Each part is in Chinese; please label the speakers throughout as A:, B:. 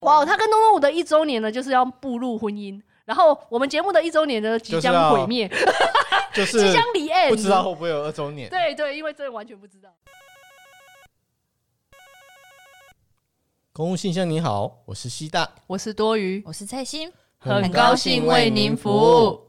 A: 哇、他跟东东五的一周年呢，就是要步入婚姻。然后我们节目的一周年呢，即
B: 就是要
A: 将毁灭，
B: 就是
A: 即将离岸。
B: 不知道会不会有二周年。
A: 对对，因为真的完全不知道。
B: 公务信箱，你好，我是西大，
A: 我是多余，
C: 我是蔡心，
A: 很高兴为您服务。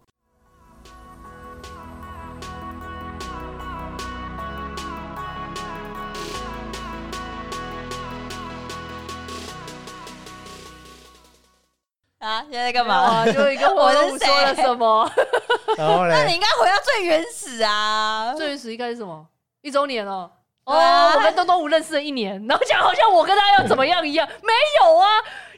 C: 啊，现在在干
A: 没有
C: 嘛？
A: 啊就一个
C: 我
A: 我
C: 是
A: 都不说了
C: 谁
A: 什么。
B: 然后
C: 那你
B: 嘞，
C: 应该回到最原始啊！
A: 最原始应该是什么？一周年哦。
C: 对
A: 哦
C: 啊，
A: 我跟东东五认识了一年，然后讲好像我跟他要怎么样一样，没有啊，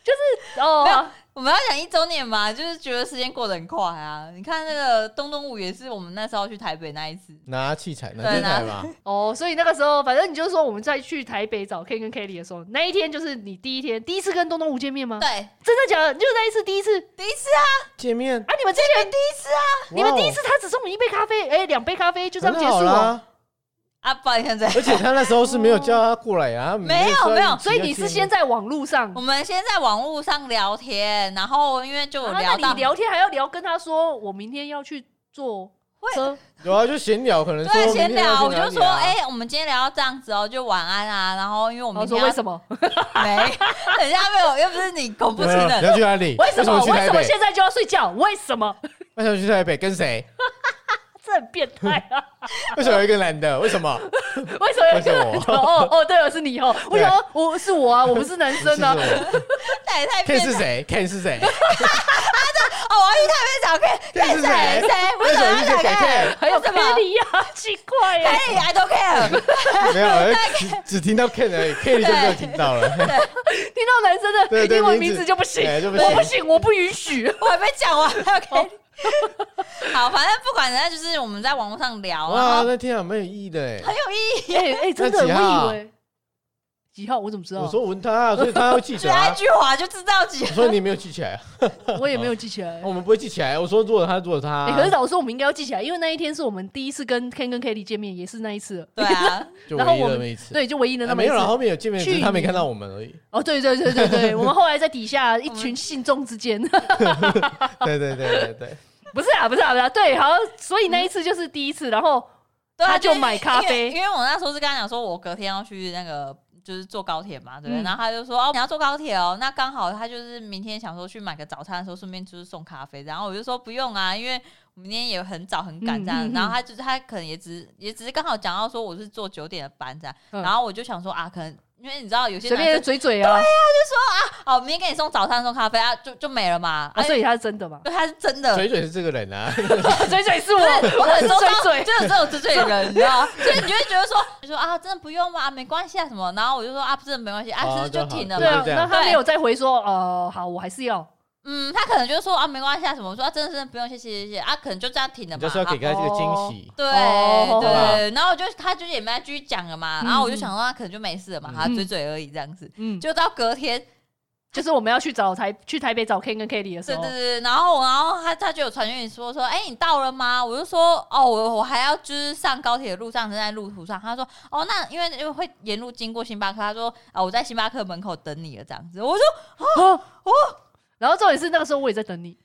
A: 就是
C: 没有
A: 哦，
C: 我们要讲一周年嘛，就是觉得时间过得很快啊。你看那个东东五也是我们那时候去台北那一次，
B: 拿器材，拿
C: 对
B: 器材
C: 拿
B: 吧。
A: 哦，所以那个时候，反正你就说我们在去台北找 K 跟 Kelly 的时候，那一天就是你第一天第一次跟东东五见面吗？
C: 对，
A: 真的假的？就是那一次第一次
C: 第一次啊，
B: 见面，
A: 啊！你们之
C: 这
A: 前
C: 边第一次啊，
A: 你们
B: 哇哦
A: 第一次他只送你一杯咖啡，哎，两杯咖啡就这样
B: 很
A: 结束
B: 好
A: 哦了。
B: 啦。
C: 啊，不好意思，这样
B: 而且他那时候是没有叫他过 来啊，
C: 没有
B: 说
C: 没有
A: 所以你是先在网络上
C: 我，们先在网络上聊天，然后因为就有
A: 啊
C: 聊
A: 那
C: 到
A: 你聊天还要聊跟他说我明天要去坐
C: 会
A: 车，
B: 有啊，就闲聊，可能
C: 对
B: 说
C: 闲聊，我
B: 明天要
C: 就
B: 去
C: 说
B: 哪里啊
C: 哎、我们今天聊到这样子哦，就晚安啊。然后因为我
A: 然后
C: 们
B: 哦
A: 说
C: 天
A: 为
C: 要
A: 什么？
C: 没， 等一下没有，又不是你恐怖 情
B: 对啊你
C: 人，
B: 要去哪里？
A: 为什么？
B: 去
A: 为
B: 台
A: 什么
B: 北？
A: 现在就要睡觉？为什么？
B: 为什么去台北？跟谁？
A: 这很变态 啊！
B: 为什么有一个男的？为什么？
A: 为什么有一个人
B: 为什么
A: 哦哦，对了，是你哦。我
B: 对
A: 想说我是我啊，我不是男生 啊。
C: 那也太
B: 看
C: 变态
B: 是谁？Ken 是谁
C: 哦！我要去台北找
B: Ken
C: 看
B: 是
C: 看
B: 谁
C: 谁谁，不是
B: 为什么
C: 要
B: 是谁
C: 找看
B: Ken？
A: 还有
C: 为什
A: 别
C: 么
A: 离呀，奇怪呀。
C: 哎，I don't care，
B: 没有，哎只只听到 Ken 而已，Ken 就没有听 到了。
A: 听到男生
B: 对
A: 的
B: 对
A: 英文
B: 名
A: 名
B: 字
A: 字就不行，
B: 哎就不
A: 我不
B: 行
A: 行，我不允许。
C: 我还没讲完，还有 K。好， 反正不管人家就是我们在网络上聊，然
B: 哦哇，
C: 后
B: 那天啊，蛮有意义的欸。
C: 很有意义。
A: 哎哎，真的，
B: 那几号啊
A: 我以为几号，我怎么知道
B: 我？说我问他啊，所以他要记
C: 去
B: 得啊。
C: IG 滑就知道几
B: 我，说你没有记起来啊，
A: 我也没有记起 来。
B: 哦我们不会记起来。我说如果他，如果他
A: 哎，可是老师，我们应该要记起来，因为那一天是我们第一次跟 Ken 跟 Kelly 见面，也是那一次了。
C: 对啊，
B: 就
A: 然后
B: 唯一
A: 我
B: 的
A: 们
B: 那一次。
A: 对，就唯一的
B: 啊
A: 那么
B: 没
A: 一
B: 有
A: 次
B: 了，。后面有见面，
A: 去
B: 只是他没
A: 年
B: 看到我 们而已。
A: 哦，对对对对 对，我们后来在底下一群信众之间，
B: 对对对对对，
A: 不是啊，不是啊，不是啊，对，好，所以那一次就是第一次，然后
C: 对啊，
A: 他就
C: 因为
A: 买咖
C: 因
A: 啡
C: 为因为我那时候是跟他讲说，我隔天要去那个就是坐高铁嘛，对不对？
A: 嗯
C: 然后他就说哦，你要坐高铁哦，那刚好他就是明天想说去买个早餐的时候，顺便就是送咖啡。然后我就说不用啊，因为我明天也很早很赶这样。
A: 嗯嗯嗯
C: 然后他就是他可能也只也只是刚好讲到说我是坐九点的班这样，
A: 嗯
C: 然后我就想说啊，可能因为你知道有些
A: 随
C: 男
A: 便
C: 生
A: 嘴嘴啊，
C: 哦，明天给你送早餐送咖啡啊，就就没了嘛。
A: 啊，
C: 啊，
A: 所以他是真的嘛？
C: 对，他是真的。
B: 嘴嘴是这个人 啊，
A: 嘴嘴是我，
C: 我
A: 我
C: 很
A: 是
C: 周
A: 嘴
C: 遭
A: 嘴，
C: 就有这种这罪人，你知 道吗？所以你就会觉得说，你说啊，真的不用吗？没关系啊，什么？然后我就说啊，不是没关系，啊，
B: 哦
C: 是就停了
A: 对
C: 嘛。
A: 啊
B: 就，这样
A: 那他没有再回说，呃，好，我还是要，
C: 嗯，他可能就说啊，没关系啊，什么？我说啊，真的真的不用，谢谢谢谢啊，可能就这样停了
B: 你就
C: 嘛。
B: 是要给
C: 啊
B: 他这个惊喜。
C: 对
A: 哦
C: 对，然后我就他就也没再继续讲了嘛，
A: 嗯
C: 然后我就想说，他可能就没事了嘛，他
A: 嗯
C: 嘴嘴而已这样子。
A: 嗯，就
C: 就到隔天，
A: 就是我们要去找台去台北找 Ken 跟 Kelly 的时
C: 对
A: 候
C: 对，对，然后然后他他就有传讯息说说，哎、你到了吗？我就说，哦，我我还要就是上高铁的路上，正在路途上。他说，哦，那因为因为会沿路经过星巴克，他说，啊、我在星巴克门口等你了，这样子。我说，
A: 哦然后重点是那个时候我也在等 你，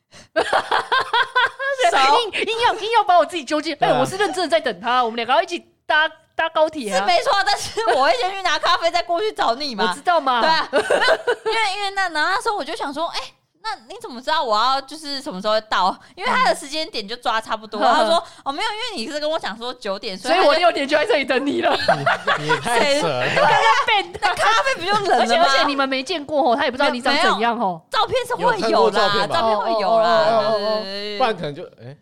C: 熟
A: 硬硬要硬要把我自己纠结，
B: 对
A: 哎
B: 啊，
A: 我是认真的在等他，我们两个要一起搭搭高铁
C: 是
A: 啊，
C: 没错，但是我会先去拿咖啡，再过去找 你
A: 我
C: 嘛
A: 知。道嘛，
C: 对啊，没有因为因为那然后那时候我就想说，哎、那你怎么知道我要就是什么时候会到？因为他的时间点就抓差 不多。他说，哦，没有，因为你是跟我讲说九点，
A: 所以
C: 他
A: 我
C: 就
A: 六点就在这里等 你了，哦
B: 你也太 扯了，
A: 变态。
C: 咖啡不就 冷
A: 而且
C: 了吗？
A: 而且你们没见过哦，他也不知道你长怎样哦。
C: 照片是会有啦，
B: 有看过照片吧
C: 照片会有啦，
A: 哦哦哦
C: 对
A: 哦哦
C: 对对对
B: 不然可能就哎，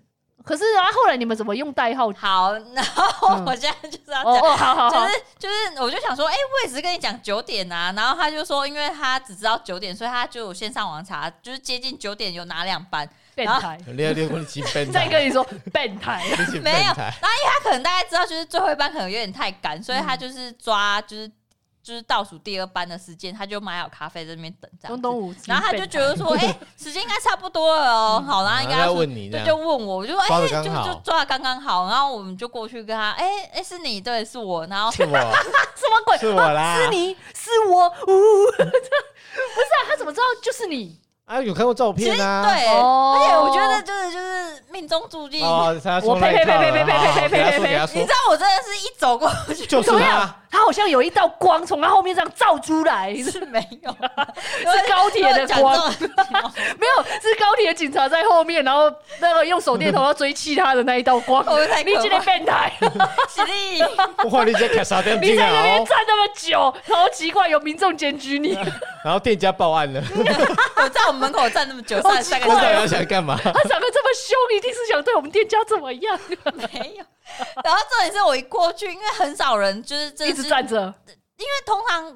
A: 可是啊，后来你们怎么用代号？哦
C: 好，然后
A: 嗯
C: 我现在就是要讲。
A: 哦，好好好
C: 就，是就是，我就想说，哎、我也只是跟你讲九点啊，然后他就说，因为他只知道九点，所以他就先上网查，就是接近九点有哪两班，
A: 变态。
B: 六六公斤 变
A: 再跟你说变 态，
C: 没有他可能大概知道就是最后一班可能有点太赶，所以他就是抓就是就是倒数第二班的时间，他就买好咖啡在那边等这
A: 东
C: 样子
A: 东五，
C: 然后他就觉得说，哎、时间应该差不多了哦，好
A: 啊
C: 啦，应该
A: 嗯
B: 然后
C: 要
B: 再
C: 出
B: 问你这
C: 对，
B: 样
C: 就问我，我就说，哎、
B: 抓得
C: 就
B: 刚好
C: 就抓的刚刚好，然后我们就过去跟他，哎、哎、是你，对，是我，然后
B: 是我，
A: 什么鬼？哦
B: 是我啦
A: 是你，是我，呜， 不是啊，他怎么知道就是你？
B: 啊，有看过照
C: 其实
B: 片啊？
C: 对，
A: 哦
C: 而且我觉得就是就是命中注定，
B: 哦，他
A: 我
B: 说
A: 呸
B: 那一套
A: 呸呸
B: 了
A: 呸
B: 好
A: 呸呸
B: 给他说
A: 呸
B: 给他
C: 你
B: 说
C: 知，道我真的是一走过去
B: 就是啊
A: 怎么样
B: 他，？
A: 他好像有一道光从他后面这样照出来，是
C: 是没有，啊
A: 是高铁的
C: 讲
A: 光，
C: 这种情况
A: 没有，是高铁警察在后面，然后那个用手电筒要追击他的那一道 光。
C: 哦我才
A: 你今天变态，
C: 实力，
B: 哇，你在看啥电
A: 你
B: 竞
A: 在
B: 啊
A: 那边
B: 哦？
A: 站那么久，好奇怪，有民众检举你，
B: 然后店家报案了，
C: 我在我们门口站那么 久，
A: 好
C: 三
A: 奇
C: 三
A: 怪
C: 个
B: 不知道
C: 小
B: 要想干嘛。
A: 他长得这么凶，一定是想对我们店家怎么样？
C: 时没有。然后重点是我一过去，因为很少人就是真
A: 一
C: 的是
A: 直站着，
C: 通常，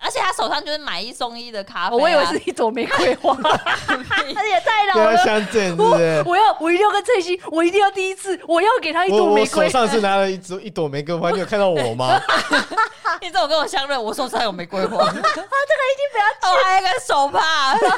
C: 而且他手上就是买一送一的咖啡、啊，
A: 哦我以为是一朵玫瑰花，他也太老
B: 跟他
A: 了。
B: 相见，是不是
A: 我？我要我一定要跟翠西，我一定要第一次，我要给他一
B: 我
A: 朵
B: 我
A: 玫
B: 手
A: 瑰。
B: 上是拿了一朵一朵玫瑰花，你有看到我吗？
C: 你怎么跟我相认？我手上有玫瑰 花，他 这个一定不要，我还有一个手帕。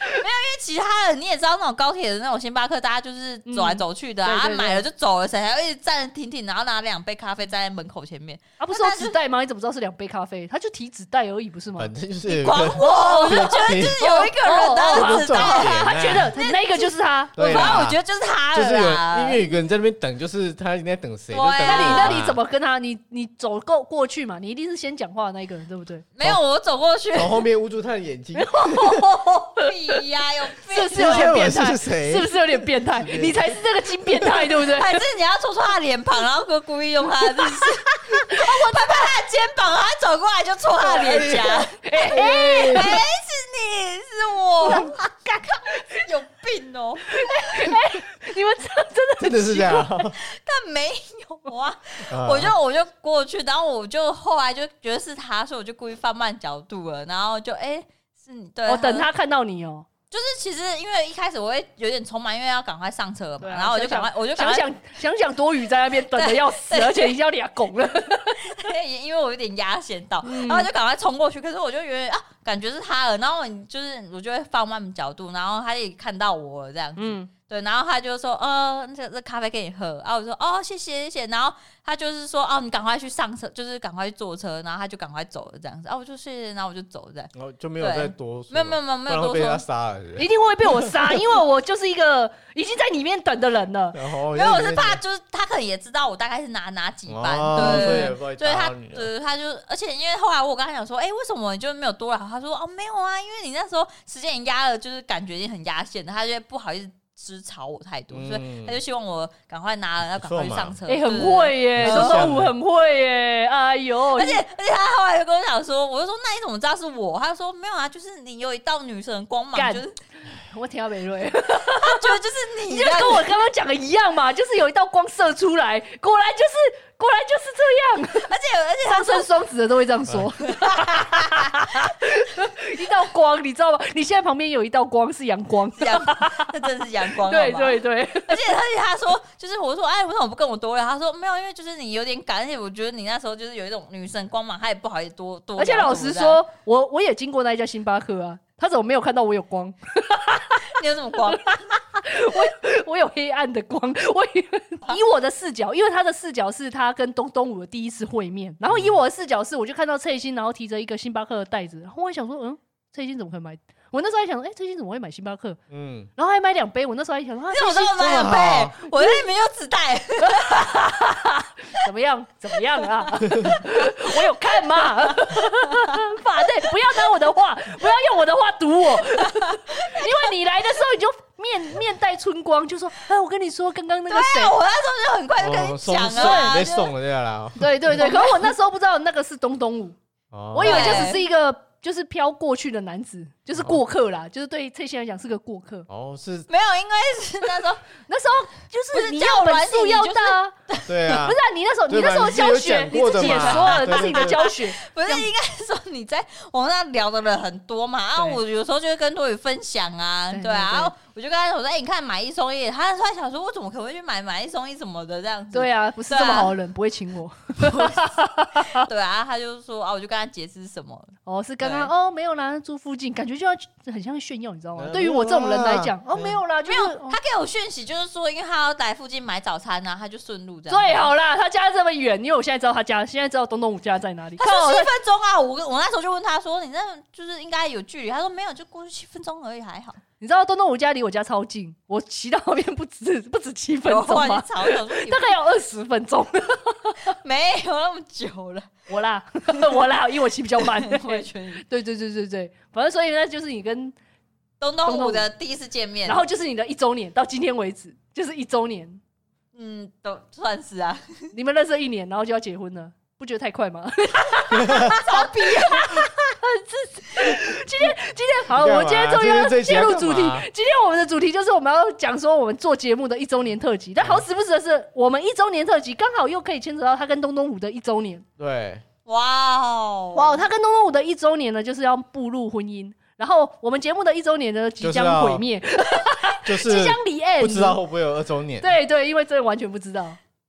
C: 没有，因为其他的你也知道，那种高铁的那种星巴克，大家就是走来走去的、
A: 嗯对
C: 啊，
A: 对对
C: 啊买了就走了，谁还要一直站着挺挺，然后拿两杯咖啡站在门口前面？
A: 啊，不是有纸袋吗？你怎么知道是两杯咖啡？他就提纸袋而已，不是吗？
B: 反正就是有一
C: 管
B: 个
C: 我！我就觉得
B: 你
C: 就是有一个人
A: 哦
C: 拿
B: 哦
C: 着纸袋，
B: 哦
A: 他觉得那个就是他。
B: 对啦
C: 反正我觉得就是他
B: 就是
C: 了
B: 有
C: 啦。
B: 因为有个人在那边等，就是他应该等谁？就
C: 对啊
B: 等
A: 那你
B: 我
A: 那
B: 嘛
A: 你怎么跟他？你你走够过去嘛？你一定是先讲话的那一个人，对不对？
C: 没有我走过去，
B: 从后面捂住他的眼睛？
C: 屁呀，有病！
A: 是不是
B: 你
A: 有
B: 看
A: 点
B: 我
A: 变
B: 是
A: 态？
B: 谁
A: 是不是有点变态？哎你才是这个金变 态，对不对？
C: 还是你要戳戳他的脸庞，然后故故意用他的姿势， 哦我拍拍他的肩膀，他走过来就戳他的脸颊。哎、
A: 啊
C: 是你是我，有病哦、
A: 你们这真的
B: 真的是这样啊？
C: 但没有啊，
B: 啊
C: 我就我就过去，然后我就后来就觉得是他，所以我就故意放慢角度了，然后就哎、是你对，
A: 我等，他看到你哦。
C: 就是其实因为一开始我会有点匆忙，因为要赶快上车嘛，
A: 对啊
C: 然后我就赶
A: 想
C: 快我就赶
A: 想
C: 快
A: 想想想多余在那边等的要死，而且已经要俩拱了。
C: 因因为我有点压线到，
A: 嗯
C: 然后就赶快冲过去。可是我就觉得啊，感觉是他了，然后你就是我就会放慢角度，然后他也看到我了这样子，
A: 嗯，
C: 对，然后他就说，呃，这这咖啡给你喝，啊，我就说哦，谢谢谢谢，然后他就是说，哦，你赶快去上车，就是赶快去坐车，然后他就赶快走了这样子，啊，我就谢谢，然后我就走了这样，
B: 然后就没有再多说，
C: 没有没有没有没有
B: 不然
C: 多
B: 会被他
C: 说。
B: 杀了。是不
A: 一
B: 是
A: 定会被我杀，因为我就是一个已经在里面等的人了。
B: 然后
C: 没有，我是怕就是他可能也知道我大概是拿哪几班，
B: 哦所
C: 对
B: 以
C: 对
B: 也
C: 对
B: 不会
C: 所以
B: 打
C: 他
B: 扰你了啊
C: 对，他就，而且因为后来我跟他讲说，哎、为什么你就没有多来？他说哦，没有啊，因为你那时候时间已经压了，就是感觉已经很压线了，他就不好意思吃吵我太多，
B: 嗯
C: 所以他就希望我赶快拿了，要赶快去上车。
A: 哎、
C: 对
A: 很。会耶，
B: 对
A: 东东舞很会耶，哎呦，
C: 对对而且而且他后来就跟我讲说，我就说那你怎么知道是我？他就说没有啊，就是你有一道女神光
A: 干
C: 芒，就是
A: 我听到美瑞，
C: 他觉得就是你
A: 你
C: 这
A: 就
C: 样，
A: 跟我刚刚讲的一样嘛，就是有一道光射出来，果然就是果然就是这样，
C: 而且而且他
A: 上升双子的都会这样说， 一道光，你知道吗？你现在旁边有一道光是阳光，
C: 阳，那真的是阳光，
A: 对
C: 好吗
A: 对对，
C: 而且而且他说，就是我说，哎，为什么不跟我多聊？他说没有，因为就是你有点赶，而且我觉得你那时候就是有一种女生光芒，他也不好意思多多。
A: 而且老实，说，我我也经过那一家星巴克啊。他怎么没有看到我有光？
C: 你有什么光？
A: 我有黑暗的光。我以以我的视角，因为他的视角是他跟东东武的第一次会面，然后以我的视角是，我就看到翠欣，然后提着一个星巴克的袋子，然后我还想说，嗯，翠欣怎么可以买？我那时候还想，哎、翠欣怎么会买星巴克？
B: 嗯，
A: 然后还买两杯。我那时候还想 说，啊
C: 你怎么这么
B: 这么
C: 买
B: 好
C: 背？我那里面有纸袋，
A: 怎么样？怎么样 啊？我有看嘛？ 法对，不要拿我的话，不要用我的话堵我， 因为你来的时候你就面面带春光，就说：“哎，我跟你说，刚刚那个谁
C: 对啊，我那时候就很快就跟
B: 哦
C: 你
B: 送
C: 讲
B: 送
C: 了啊，
B: 被
C: 就是
B: 送了对啦。
A: 对对对，可是我那时候不知道那个是东东舞，
B: 哦
A: 我以为就只是一个就是飘过去的男子，就是过客啦，就是对这些人讲是个过客。
B: 哦，是
C: 没有，因为是那时候
A: 那时候就
C: 不
A: 是
C: 是
A: 你
C: 叫
A: 要本
C: 软
A: 数
C: 体
A: 要
C: 就是
A: 大啊，
B: 对啊
A: 不是，啊，你那时候你
B: 对吧
A: 那时候
B: 你自己有
A: 教学
B: 讲
A: 你
B: 过
A: 自
B: 的
A: 己也
B: 嘛
A: 说了
B: 对
A: 自己的教学，
C: 不是应该说你在网上聊的人很多嘛？啊，
A: 对
C: 我有时候就会跟多宇分享啊，
A: 对
C: 对啊，
A: 对
C: 然后我就跟他说：“哎、你看买一送一。”他突然想说：“我怎么可能会去买买一送一什么的这样子？”
A: 对啊，不是
C: 对啊
A: 这么好的人不会请我。
C: 啊，对啊，他就说：“啊，我就跟他解释什么。
A: 哦，是刚刚
C: 对
A: 哦没有啦，住附近，感觉就要很像炫耀，你知道吗？
B: 嗯
A: 对于我这种人来讲，
B: 没有
A: 哦
B: 啦
A: 没有啦，”就
C: 没
A: 是
C: 有，
A: 哦
C: 他给我讯息就是说，因为他要来附近买早餐呢、啊他就顺路这样。
A: 最好啦，他家这么远，因为我现在知道他家，现在知道东东我家在哪里。
C: 他
A: 靠
C: 说
A: 我
C: 七分钟啊，我跟我那时候就问他说：“你那就是应该有距离？”他说：“没有，就过去七分钟而已，还好。
A: 你知道东东我家离我家超近，我骑到那边不止不止七”分
C: 我
A: 钟
C: 后来
A: 吗
C: 就？吵我想说你
A: 大概有二十分钟。
C: 没有那么久了，
A: 我啦， 我啦，因为我骑比较慢。
C: 我也觉得你
A: 对对对对对，反正所以呢，就是你跟，
C: 东
A: 东
C: 东
A: 东
C: 五的第一次见面，
A: 然后就是你的一周年，到今天为止就是一周年，
C: 嗯，都算是 啊，
A: 你们认识一年，然后就要结婚了，不觉得太快吗？
C: 超逼啊！
A: 今天好，
B: 你干嘛
A: 我今天终于
B: 今天
A: 要
B: 这一集
A: 进
B: 要
A: 入主题
B: 干嘛。
A: 今天我们的主题就是我们要讲说我们做节目的一周年特辑，但好死不死的是，我们一周年特辑刚好又可以牵扯到他跟东东舞的一周年。
B: 对，
C: 哇哦，
A: 哇，他跟东东舞的一周年呢，就是要步入婚姻。然后我们节目的一周年呢，即
B: 就是
A: 将
B: 要
A: 毁灭，
B: 就是
A: 即将离 end。
B: 不知道会不会有二周年。
A: 对对，因为真的完全不知道。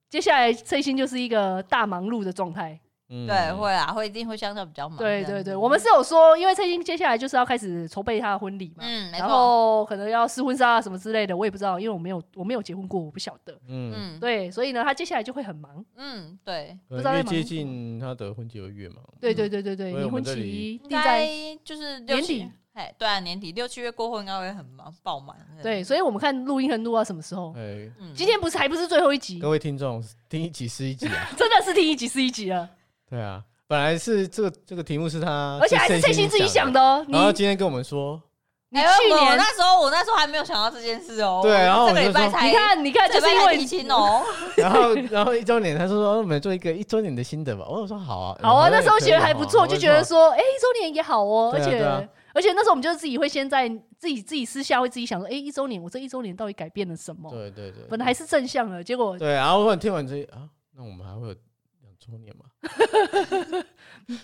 A: 接下来翠心就是一个大忙碌的状态。
B: 嗯
C: 对，会啊，会一定会相较比较忙。
A: 对
C: 这样
A: 对
C: 子
A: 对，我们是有说，因为翠心接下来就是要开始筹备她的婚礼嘛，
C: 嗯，没
A: 然
C: 错，
A: 后可能要试婚纱啊什么之类的，我也不知道，因为我没有我没有结婚过，我不晓得。
B: 嗯，
C: 嗯
A: 对，所以呢，她接下来就会很忙。
C: 嗯，对，
A: 不
B: 可
A: 知道在
B: 能越
A: 忙
B: 接近他的婚结会越忙。
A: 对对对对对，
B: 因为
A: 离
B: 我
A: 婚
B: 们这里
A: 期
C: 嗯
A: 定
C: 应该
A: 在
C: 就是六
A: 年
C: 七
A: 底，
C: 哎，对啊，年底六七月过后应该会很忙爆满。
A: 对，，所以我们看录音很录到啊什么时候？
B: 哎，
C: 嗯
A: 今天不是还不是最后一集
B: 各，位听众，听一集是一集 啊。
A: 真的是第一集是一集了，
B: 对啊，本来是这个这个题目是他，
A: 而且还是翠心自己想，的哦。你
B: 然后今天跟我们说，
A: 你
C: 哎我
A: 去
C: 我
A: 年
C: 那时候我那时候还没有想到这件事哦，
B: 对然后
C: 这
B: 我
C: 个礼
B: 就
C: 拜
B: 说
C: 才，
A: 你看你看，
C: 这
A: 就
C: 礼拜
A: 是因
C: 才
A: 为
C: 提亲哦，
B: 然后然后一周年，他说说我们做一个一周年的心得吧。哦我说好啊，
A: 好啊，那时候
B: 也可以
A: 觉得还
B: 哦
A: 不错，
B: 好
A: 就
B: 不
A: 觉得说，哎，一周年也好哦，而
B: 对啊
A: 且
B: 对啊
A: 而且那时候我们就是自己会先在自己自己私下会自己想说，哎，一周年我这一周年到底改变了什么？
B: 对对对，
A: 本来还是正向的，结果
B: 对，然后我听完这啊，那我们还会有两周年吗？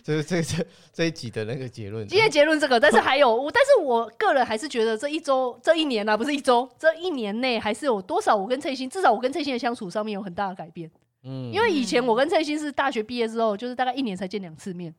B: 这这这这一集的那个结论，
A: 今天结论这个，但是还有，我但是我个人还是觉得这一周、这一年啊，不是一周，这一年内还是有多少我跟翠欣，至少我跟翠欣的相处上面有很大的改变。
B: 嗯
A: 因为以前我跟翠欣是大学毕业之后，就是大概一年才见两次面，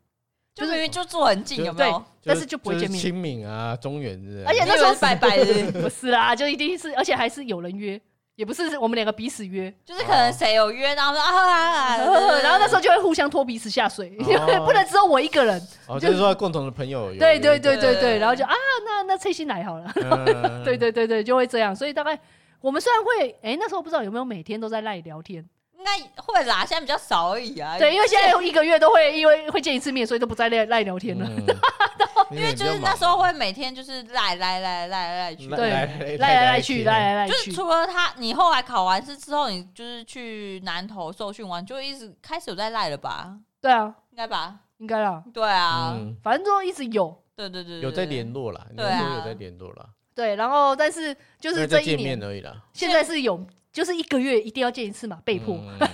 C: 就明明就住很近，有没
A: 对
C: 有？，
A: 但是就不会见面
B: 清明啊，中原日，
A: 而且
C: 你以
A: 那时候
C: 为是拜拜的，
A: 不是啦，就一定是，而且还是有人约，也不是我们两个彼此约，
C: 就是可能谁有约，然后说啊啊， 啊
A: 然后那时候就会互相拖彼此下水，因为 不能只有我一个人。
B: 哦，
A: 就
B: 就是说共同的朋友有，
A: 对对对对
C: 对
A: 对，然后就啊，那那翠欣来好了。
B: 嗯
A: 对，对对对，就会这样。所以大概我们虽然会，哎、那时候不知道有没有每天都在赖聊天，
C: 应该会啦，现在比较少而已啊。
A: 对，因为现在有一个月都会因为会见一次面，所以都不再赖赖聊天了。
B: 嗯，因
C: 因为就是那时候会每天就是赖赖赖赖赖去，
A: 对
B: 对
A: 赖来赖去，赖来赖
C: 就是
A: 去，
C: 除了他，你后来考完试之后，你就是去南投受训完，就一直开始有在赖了吧？
A: 对啊，
C: 应该吧？
A: 应该啦，
C: 对啊，
B: 嗯
A: 反正就一直有
C: 对对对，对
B: 有在联。络啦，
C: 对
B: 那
C: 啊
B: 时候有在联络啦，
A: 对，然后但是就
B: 没
A: 是
B: 有
A: 这
B: 在
A: 一
B: 见面
A: 年，
B: 而已啦，
A: 现在是有，就是一个月一定要见一次嘛，被迫。
B: 嗯，
C: 对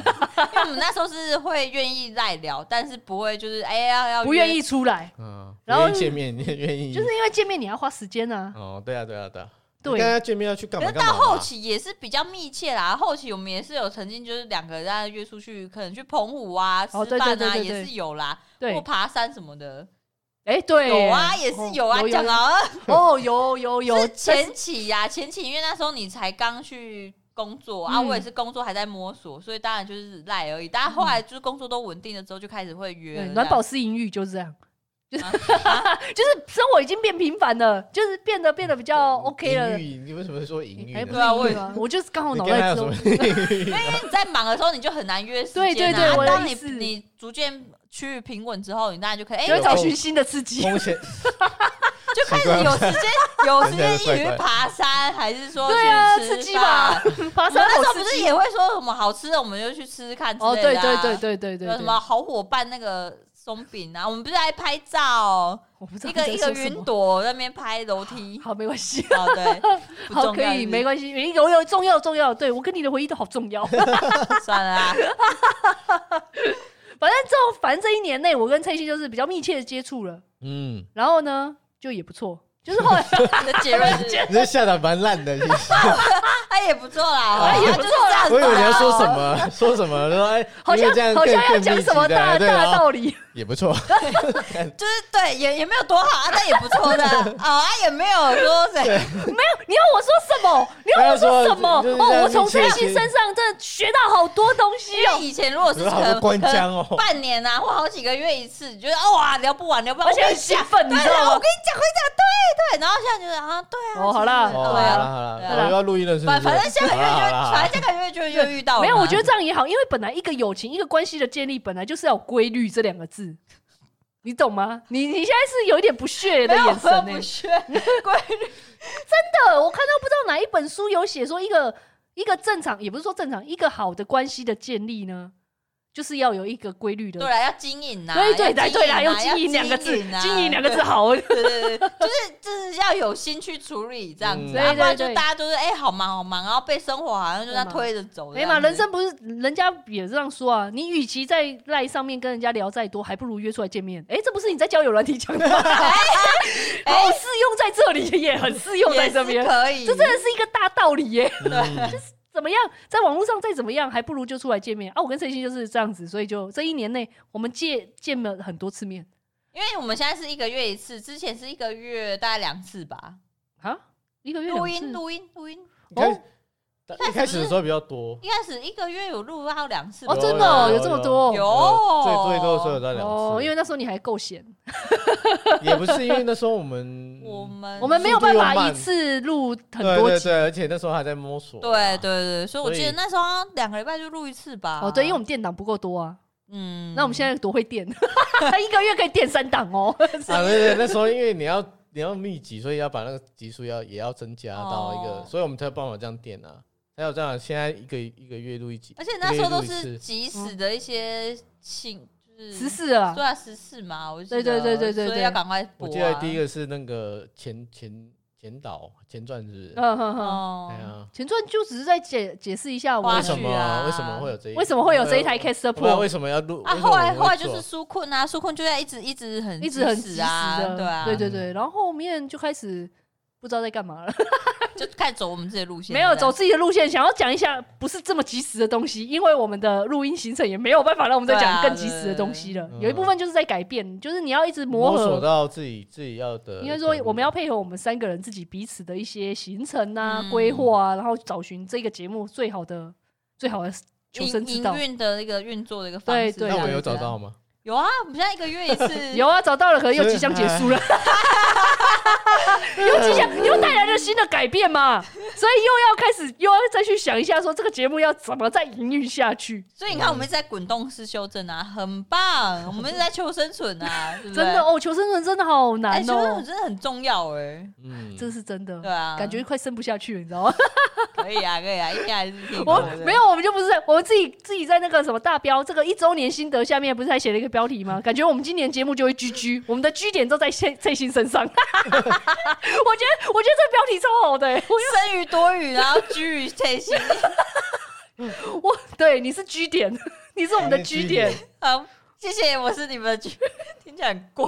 C: 因为我们那时候是会愿意赖聊，但是不会就是哎要要
A: 不愿意出来，
B: 嗯，
A: 然后
B: 愿意见面，你也愿意，
A: 就是因为见面你要花时间
C: 嗯
A: 啊。
B: 哦，对啊，对啊，对啊，
A: 对
B: 你跟他见面要去干
C: 可
B: 嘛
C: 是
B: 干
C: 到
B: 嘛嘛？
C: 后期也是比较密切啦，后期我们也是有曾经就是两个人在约出去，可能去澎湖啊、吃
A: 哦对对
C: 饭
A: 对
C: 啊，
A: 对
C: 也
A: 对
C: 是有啦，
A: 对
C: 或，爬山什么的，
A: 哎、对，
C: 有啊，也是有啊，
A: 哦
C: 讲，啊，
A: 哦，有有有，
C: 是前期呀、前期因为那时候你才刚去工作、啊，
A: 嗯
C: 我也是工作还在摸索，所以当然就是赖而已。但后来就是工作都稳定了之后，就开始会
A: 嗯
C: 约
A: 对，
C: 了
A: 暖宝私淫欲就是这 样，就是、
C: 啊
A: 就是生活已经变频繁了，就是变得变得比较哦
C: 嗯
A: OK 了
B: 淫。欲嗯你为什么说淫欲呢？
A: 哎，不
C: 对
A: 是
C: 啊
A: 淫
C: 我
A: 欲
C: 也
A: 吗？我就是刚好
B: 你
A: 脑
B: 跟他
A: 袋
B: 有
A: 之中
B: 什
A: 哎
B: 么，
C: 这样因为你在忙的时候，你就很难约时间、啊。
A: 对对对
C: 啊
A: 我的
C: 当你
A: 意思
C: 你逐渐去平稳之后，你当然就可以哎、
A: 就会
B: 有
A: 找
B: 空
A: 寻新的刺激。
B: 风险
C: 就开始
B: 奇怪
C: 有时间有时间一起
B: 怪怪
C: 去
B: 的
C: 爬山，还是说
A: 对啊，
C: 去吃
A: 刺激吧
C: 饭。，
A: 爬
C: 我们
A: 山
C: 那时
A: 好
C: 候
A: 刺
C: 不是
A: 激。
C: 也会说什么好吃的，我们就去吃吃看之
A: 哦，
C: 类
A: 对
C: 的、啊。
A: 对对对对对
C: 有
A: 对
C: 什么好伙伴那个松饼啊，我们不是还拍照，
A: 我不知道
C: 一个
A: 你
C: 一
A: 在
C: 个
A: 说什
C: 云
A: 么。。
C: 朵在那边拍楼梯
A: 好，没关系。
C: 哦， 对，不
A: 好，
C: 重
A: 可
C: 要
A: 以，没关系，有有重要重要，对我跟你的回忆都好重要。反正
C: 系，算了 啊。
A: 这反正这一年内，我跟蔡欣就是比较密切的接触了，
B: 嗯，
A: 然后呢，就也不错，就是后来
C: 你的结论是，
B: 你这下的蛮烂的，其实
C: 他也不错啦，哦
B: 哎
C: 也不错啦
B: 我以为你要说
C: 哦
B: 什么，说什么，说哎，
A: 哦 好
B: 因
A: 像
B: 为这样
A: 好
B: 更
A: 像要
B: 更
A: 讲
B: 密集
A: 什么
B: 的，
A: 大
B: 对
A: 大
B: 哦，
A: 道理，
B: 也不错，
C: 就是对，也也没有多好啊，但也不错的 啊，啊也没有说谁，
A: 你要我说什么？你要我说什么？
B: 就是这样
A: 哦，我从
B: 密切
A: 蔡欣身上真的学到好多东西
C: 因为
A: 哦，
C: 以前如果是
B: 有
C: 可
B: 好多
C: 能
B: 官
C: 可能
B: 腔哦，
C: 半年啊，或好几个月一次，你觉得哦哇聊不完聊不完，
A: 而且
C: 我跟
A: 很
C: 你
A: 兴
C: 讲，
A: 奋，你
C: 对
A: 知道
C: 啊，我
A: 吗？
C: 跟你讲，会讲对对，然后现在就是啊，对啊，
A: 哦好啦
C: 其实
B: 哦，好
C: 对
B: 了
C: 啊，
B: 好了，
C: 对
A: 啊
B: 我要录音了，是不是？
C: 反反正下个月
B: 好啦
C: 就，
B: 好啦
C: 反正下个月就就遇
B: 哎
C: 到了嘛，
A: 没有，我觉得这样也好，因为本来一个友情、一个关系的建立，本来就是要有规律这两个字，你懂吗？你你现在是有一点不屑的
C: 没有
A: 眼神欸
C: 我
A: 呢、
C: 不屑， 关于
A: 真的，我看到不知道哪一本书有写说，一个一个正常，也不是说正常，一个好的关系的建立呢，就是要有一个规律的。
C: 对了，要经营呐，
A: 对对
C: 要
A: 对对啦，
C: 要
A: 用经营两个字，
C: 啊
A: 经营两个字 好。
C: 对对对，就是 就是要有心去处理这样
B: 嗯
C: 子，要、不然
A: 对对
C: 就
A: 对
C: 大家都是哎、好忙好忙，然后被生活好像就这样嗯推着走。
A: 没嘛，人生不是人家也这样说啊，你与其在赖上面跟人家聊再多，还不如约出来见面。哎，这不是你在交友软体讲的 吗？
C: 哎
A: 好适用在这里，也很适哦用在
C: 也
A: 这
C: 是
A: 边，
C: 可以，
A: 这真的是一个大道理耶。
B: 嗯
A: 怎么样，在网络上再怎么样，还不如就出来见面啊！我跟陈星就是这样子，所以就这一年内，我们见见了很多次面
C: 因为我们现在是一个月一次，之前是一个月大概两次吧。
A: 啊，一个月
C: 录
A: 两
C: 音
A: 次。
C: 录音录音，
B: 你看
A: 哦
B: 一开始的时候比较多，
C: 一开始一个月有录到两次吧
A: 哦，真的哦
B: 有有
A: 有这么多
C: 有
B: 最最多的时候有到两次，
A: 哦，因为那时候你还够闲，
B: 也不是因为那时候我们
C: 我们
A: 我们没有办
B: 速度又
A: 法
B: 慢
A: 一次录很
B: 对
A: 多
B: 对
A: 集
B: 对，而且那时候还在摸索，
C: 对对对，所以我
B: 所以
C: 记得那时候好像两个礼拜就录一次吧。
A: 哦，对，因为我们电档不够多啊。
C: 嗯，
A: 那我们现在多会电， 一个月可以电三档哦。
C: 嗯
B: 啊，对对，那时候因为你要你要密集，所以要把那个集数要也要增加到一个，
C: 哦
B: 所以我们才有办法这样点啊。还有这样，现在一个一个月录一集，
C: 而且那时候都
B: 一个月录
C: 是
B: 一次
C: 即时的一些情，就是
A: 十四啊
C: 对，啊，十四嘛，我记得
A: 对对对对对
C: 所
A: 对
C: 以要赶快播、
B: 我
C: 啊。
B: 记得第一个是那个前前前导前传是不是？
A: 嗯哼哼，
B: 对
C: 哦，
B: 啊，
A: 前传就只是在解解释一下我
C: 花
B: 为
A: 们
C: 絮
B: 什么
C: 啊
B: 为什么会有这一
A: 为什么会有这一台
B: 我不知道
A: cast
B: 我不知道
A: pro，
B: 为什么要录
C: 啊，
B: 为什么
C: 后
B: 哎我们
C: 来
B: 会
C: 后来就
B: 做
C: 是苏困啊，苏困就在一直一直很
A: 一直很及时
C: 啊，
A: 的，
C: 对啊，
A: 对对对。然后后面就开始不知道在干嘛了，
C: 就开始走我们自己的路线，
A: 没有
C: 对不对
A: 走。自己的路线，想要讲一下不是这么及时的东西，因为我们的录音行程也没有办法让我们再讲
C: 对啊嗯
A: 更及时的东西了
B: 对。对
A: 有一部分就是在改变，就是你要一直
B: 摸索
A: 合。
B: 到自己自己要的
A: 应
B: 一个路，
A: 该说，我们要配合我们三个人自己彼此的一些行程啊
C: 嗯、
A: 规划啊，然后找寻这个节目最好的、最好的求生
C: 营
A: 之道
C: 营。运的那个运作的一个方
A: 对
C: 式，
A: 对
B: 那我
A: 啊
B: 们有找到吗？
C: 有啊，我们现在一个月一 次，
A: 有啊，找到了，可能又即将结束了。
C: 嗯
A: 又即将又带来了新的改变嘛，所以又要开始又要再去想一下，说这个节目要怎么再营运下去。
C: 所以你看我们一直在滚动式修正啊，很 棒，我们一直在求生存啊，对不
A: 真
C: 对
A: 的，哦，求生存真的好
C: 哎，
A: 难
C: 求生
A: 哦
C: 存，真的很重要哎，
B: 嗯，
A: 这是真的
C: 对，啊，
A: 感觉快生不下去了，你知道吗？
C: 可以啊，可以啊，应该还是挺
A: 我
C: 好的
A: 没有，我们就不是我们自己自己在那个什么大标这个一周年心得下面不是还写了一个标题 吗？感觉我们今年节目就会 GG，我们的 G 点都在蔡蔡欣身 上。我觉得我觉得这标题超好的、欸，我
C: 生于多语，然后居于退心，
A: 我对你是 G 点，你是我们的
B: 哎你是
A: G
B: G
A: 点
B: 点，
C: 好，谢谢，我是你们的居， 听起来很怪。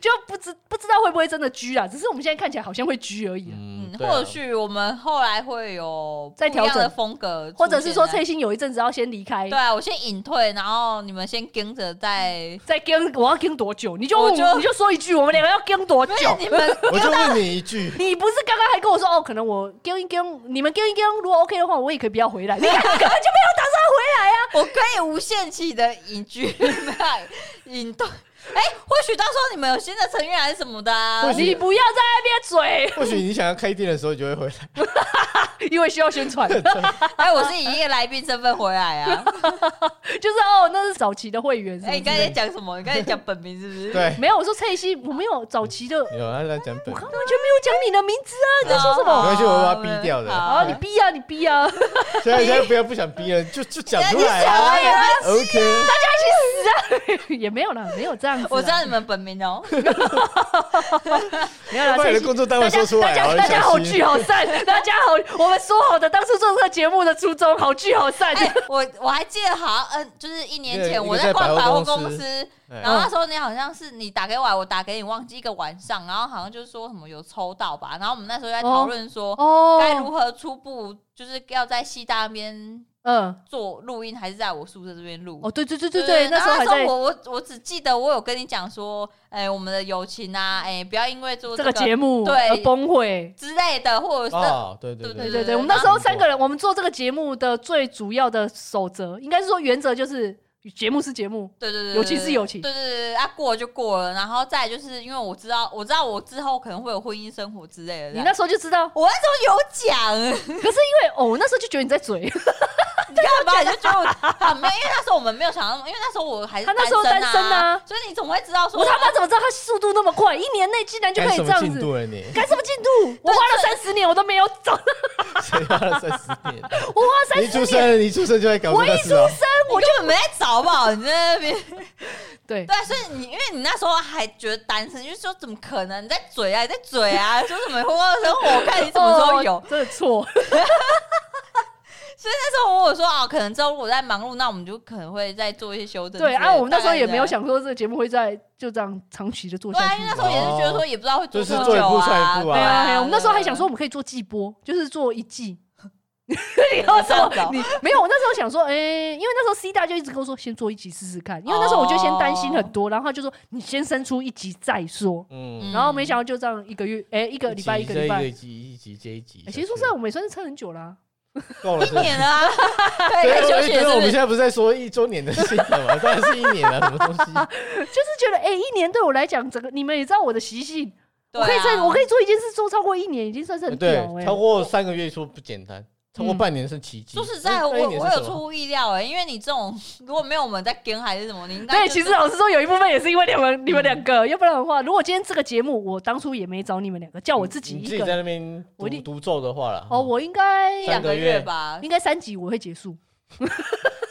A: 就不知不知道会不会真的 G 啊，只是我们现在看起来好像会 G 而已啊、
B: 嗯
C: 嗯，
B: 对啊
C: 或许我们后来会有
A: 再
C: 不一样
A: 调整
C: 的风格出现啊，
A: 或者是说蔡欣有一阵子要先离开
C: 对，啊，我先隐退，然后你们先跟着 再。
A: 再跟我要跟多久，你就
C: 我
A: 问
C: 就
A: 你就说一句，我们两个要跟多
C: 没 有
A: 久？
C: 你们
B: 我 就问你一句，
A: 你不是刚刚还跟我说哦，可能我跟一跟你们跟一跟，如果 OK 的话，我也可以不要 回来。你看你根本就没有打算回来啊！
C: 我可以无限期的隐居， 没有隐退。哎、或许到时候你们有新的成员还是什么的、啊，
B: 或许
A: 你不要在那边
B: 或许你想要开店的时候，你就会回来。
A: 嘴，因为需要宣 传，
C: 哎、我是以一个来宾身份回来 啊。
A: 就是哦，那是早期的会员是
C: 哎、
A: 不
C: 你
A: 是
C: 刚才在讲什么？你刚才讲本名是不是？
B: 对，
A: 没有，我说蔡欣，我没有早期的，我
B: 有啊，他在讲本
A: 刚，完全没有讲你的名字 啊！你在说什
C: 好
A: 么？
B: 关系我把它逼掉的
A: 啊，
C: 好
A: 你逼啊，你逼 啊！
B: 现在现在不要不想逼了，就就讲出来啊。
C: 你想啊
B: OK，
A: 大家一起死这样 也没有啦，没有这样子啦，
C: 啊我知道你们本名哦，
A: 没有啦，
B: 把你
A: 这
B: 的
A: 些
B: 工作单
A: 大
B: 位
A: 家
B: 说出来，
A: 大家
B: 好
A: 大家好
B: 小
A: 聚
B: 心。
A: 好散，大家好，我们说好的当初做这个节目的初衷，好聚好散。
C: 哎，我我还记得好像，嗯，就是一年
B: 对
C: 前我
B: 一个在
C: 在逛
B: 百货
C: 百货
B: 公
C: 公
B: 司哎
C: 司，
B: 对
C: 然后那时候你好像是你打给我，我打给你，忘记一个晚上，然后好像就说什么有抽到吧，然后我们那时候在讨论说
A: 哦
C: 该如何初步，就是要在西大那边
A: 嗯，
C: 做录音，还是在我宿舍这边录
A: 哦，。对对对对对，那
C: 然
A: 时
C: 后
A: 候还在
C: 我我我只记得我有跟你讲说，哎、我们的友情啊，哎、不要因为做
A: 这
C: 个
A: 个节目
C: 对
A: 而崩溃。
C: 之类的，或者是、
B: 哦，对对
C: 对
A: 对
B: 对，
A: 对对，我们那时候三个人，我们做这个节目的最主要的守则，应该是说原则就是节目是节目，
C: 对对对，
A: 友情是友情
C: 对对对对，啊过了就过了，然后再来就是因为我知道我知道我之后可能会有婚姻生活之类的，
A: 你那时候就知道，
C: 我那时 候有讲，
A: 因为哦，我那时候就觉得你在嘴，
C: 你干嘛你就觉得我啊没有，因为那时候我们没有想到，因为那时候我还是
A: 他那时候
C: 单
A: 单身啊
C: 所以你总会知道说
A: 我他妈怎么知道他速度那么快，一年内竟然就可
B: 赶
A: 以
B: 什
A: 这
B: 么
A: 样
B: 进
A: 子？
B: 度 了你？
A: 赶什么进度？我花了三十年，我都没有 找，我
B: 谁花了三十年？
A: 花了三
B: 你一出生，你一出生就在搞
A: 我
B: 这
A: 一
B: 个
A: 出
B: 事啊！
A: 生我
C: 我
A: 就
C: 就没在找吧，你在那边
A: 对
C: 对，所以你因为你那时候还觉得单身，就是说怎么可能？你在嘴啊，你在嘴啊， 说什么婚外生活？我看你什么时候有
A: 哦？真的错，
C: 所以那时候我有说啊，可能之后如果在忙碌，那我们就可能会再做一些修正之类
A: 对
C: 的。
A: 啊，我们那时候也
C: 大概是这样
A: 没有。想说这个节目会在就这样长期的做
C: 对
A: 下
C: 啊，
A: 去
C: 因为。那时候也是觉得说，也不知道会做多久
B: 哦就是做一步
C: 啊。
B: 算一步
A: 对
B: 啊
A: 啊，对啊我们那时候还想说，我们可以做季播，就是做一 季。你要什
C: 这样
A: 么？
C: 子
A: 你没有？我那时候想说，哎、因为那时候 C 大就一直跟我说，先做一集试试看。因为那时候我就先担心很多，然后他就说你先生出一集再说。
B: 嗯，
A: 然后没想到就这样一个月，哎、一个礼拜一个礼拜。
B: 一集一集接一集
A: 哎。其实说实在，我们也算是撑很久啦、
B: 够了，
C: 一年了 啊，对，可以休息
B: 因为
C: 了是
B: 我
C: 不
B: 们现
C: 是？
B: 在不哎是在说一周年的事情吗？ 当然是一年啊了，什么东西？
A: 就是觉得哎、一年对我来讲，整个你们也知道我的习性，
C: 对
A: 我可以在
C: 啊
A: 我可以做一件事做超过一年，已经算是很屌哎、
B: 对，超过三个月说不简单，超过半年是奇迹。
C: 说实在，
B: 那
C: 我
B: 那一年
C: 我
B: 是
C: 有
B: 什么
C: 出乎意料哎、因为你这种如果没有我们在跟还是什么，你应该、
A: 对，
C: 就
A: 其
C: 是
A: 实老实说，有一部分也是因为你们你们两个，要不然的话，如果今天这个节目我当初也没找你们两个，哦叫我自己
B: 你
A: 一
B: 自己
A: 个
B: 在
A: 人，
B: 那边
A: 我一定
B: 独独奏的话了。
A: 哦，我应该
C: 一
B: 三
C: 两
B: 个
C: 个
B: 月
C: 月吧。
A: 应该三集我会结束，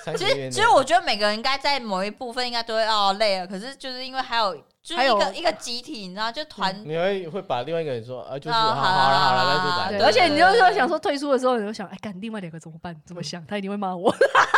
B: 三个
C: 其
B: 月
C: 实
B: 内
C: 其实我觉得每个人应该在某一部分应该都会哦累了，可是就是因为还有就是
A: 还
C: 一
A: 有
C: 个一个集体，你知道就团
B: 你会会把另外一个人说啊，就是
C: 哦
B: 好
C: 好
B: 好
C: 啦
B: 了
C: 好
B: 好
C: 啦
B: 了，那就来
A: 对，
C: 对
B: 了。
A: 而且你就说想说退出的时候，你就想，哎，干另外两个怎么办？怎么想？他一定会骂我。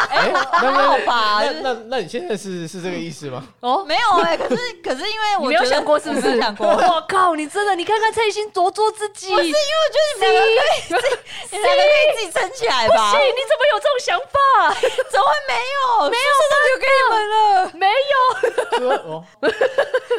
B: 哎，那
C: 还
B: 那
C: 好吧，就
B: 那
C: 是
B: 那那你现在是是这个意思 吗？
A: 哦，
C: 没有哎、可是可是因为
A: 你
C: 我
A: 没有
C: 觉得
A: 想过是不
C: 我没有
A: 是？
C: 想过，我
A: 我靠，你真的，你看看蔡欣多做自己。不是因为我觉得你
C: 你们两个可以自己撑起来吧？
A: 你怎么有这种想法？
C: 怎么会哦没有？没有，都留给你们了，
A: 没有。
B: 说哦，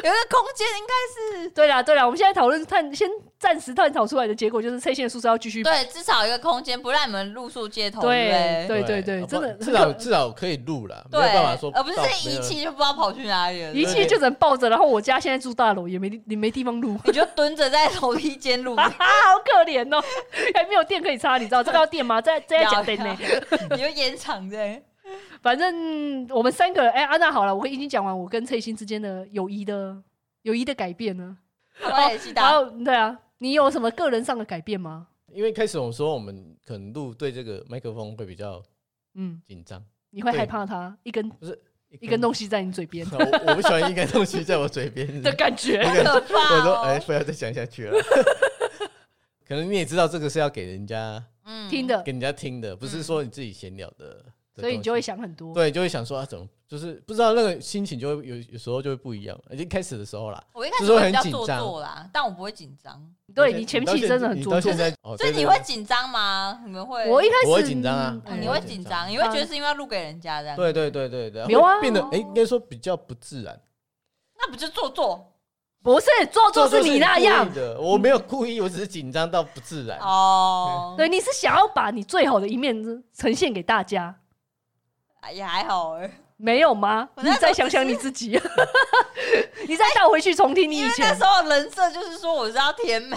C: 有个空间应该是
A: 对啦，对啦，我们现在讨论探，先暂时探讨出来的结果就是蔡欣的宿舍要继续。
C: 对，至少有一个空间不让你们露宿街头，
A: 对
C: 对
A: 对对对，
B: 好不
A: 真
B: 好
A: 的
B: 至少至少可以录了，
C: 不
B: 没
C: 对，
B: 有办法说
C: 呃而不是
B: 到
C: 这
B: 没
C: 仪
B: 有
C: 器就不知道跑去哪里了，
A: 仪器就只能抱着，然后我家现在住大楼，也没你没地方录，
C: 你就蹲着在楼梯间 录，
A: 啊 好可怜哦，还没有电可以插，你知道这个要电吗？这这要
C: 要
A: 讲电呢。
C: 你就延长这。
A: 反正我们三个人，哎、安娜好了，我已经讲完我跟翠欣之间的友谊的友谊的改变了。
C: 我也知
A: 然
C: 道，
A: 后对啊，你有什么个人上的改变吗？
B: 因为开始我们说我们可能录对这个麦克风会比较
A: 嗯，
B: 紧张，
A: 你会
B: 对
A: 害怕它一根一
B: 一
A: 根东西在你嘴 边
B: 我我不喜欢一根东西在我 嘴边
A: 的感觉。
B: 那个
C: 可怕哦
B: 我说哎，不要再讲下去 了。可能你也知道这个是要给人家
C: 嗯
A: 听的，
B: 给人家听的，不是说你自己闲聊的，的
A: 呃嗯所以你
B: 东
A: 就会
B: 西
A: 想很多。
B: 对，就会想说啊，怎么就是不知道那个心情就会有有时候就会不一样，已经开始的时候啦。
C: 我一开
B: 就
C: 始
B: 是
C: 会
B: 会
C: 比较
B: 很紧
C: 做
B: 张
C: 作啦，但我不会紧张，
A: 对
B: 而且
A: 你前
B: 到
A: 期
B: 现
A: 真的很
B: 你
A: 做
B: 到
A: 作
B: 现。在，哦
C: 所以
B: 对
C: 你
B: 对
C: 会
B: 对
C: 紧张吗？你们会？
A: 我一开始
B: 我会紧张啊
C: 哦
A: 嗯
C: 你
B: 我
C: 会
B: 会
C: 紧
B: 紧
C: 张，
B: 张
C: 你会觉得是因为要录给人家这样，
B: 对对对对对，
A: 有啊
B: 会变得哎，应该说比较不自然。
C: 那不就做作
A: 不是做作
B: 做
A: 是你那样
B: 故意，的，我没有故意，我只是紧张到不自然。
C: 哦？
A: 对，，你是想要把你最好的一面呈现给大家，
C: 也还好哎，
A: 没有吗？
C: 我
A: 你
C: 那时候
A: 再想想你自己， 你再倒回去重听你
C: 因
A: 以
C: 为
A: 前
C: 那时。候人设就是说我是要甜美，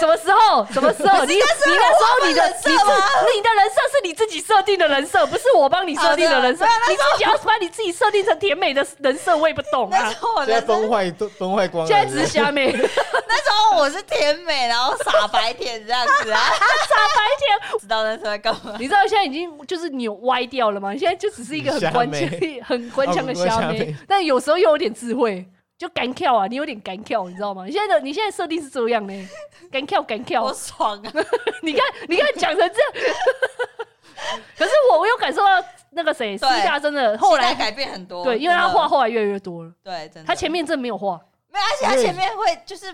A: 什么时候？什么时候？你你那时候你的
C: 我
A: 你自
C: 换人设吗
A: 你的人设是你自己设定的人设，不是我帮你设定的人设
C: 啊。
A: 你自己要把你自己设定成甜美的人设，我也不懂
C: 那
A: 啊
C: 时。候我
B: 现在
C: 人生
B: 崩坏都崩坏光了，
A: 现在只是虾妹傻白
C: 那时候我是甜美，然后傻白甜这样 子啊，
A: 甜，
C: 知道那时候在干 嘛？
A: 你知道现在已经就是你有歪掉了吗？你现在就只是一个很
B: 虾
A: 关 腔
B: 妹、
A: 很官腔的
B: 哦很官
A: 虾
B: 腔
A: 妹
B: 妹，
A: 但有时候又有点智慧。就干跳啊，你有点干跳，你知道吗？你现在的你现在设定是这样呢，干跳干跳，
C: 我爽啊！
A: 你看，你看讲成这 样，可是我我有感受到那个谁，施
C: 对
A: 大真的后
C: 现在
A: 来
C: 改变很多，
A: 对，因为他
C: 真的
A: 画后来越来越多了，
C: 对，真的
A: 他前面真的没有画，
C: 没有，而且他前面会就是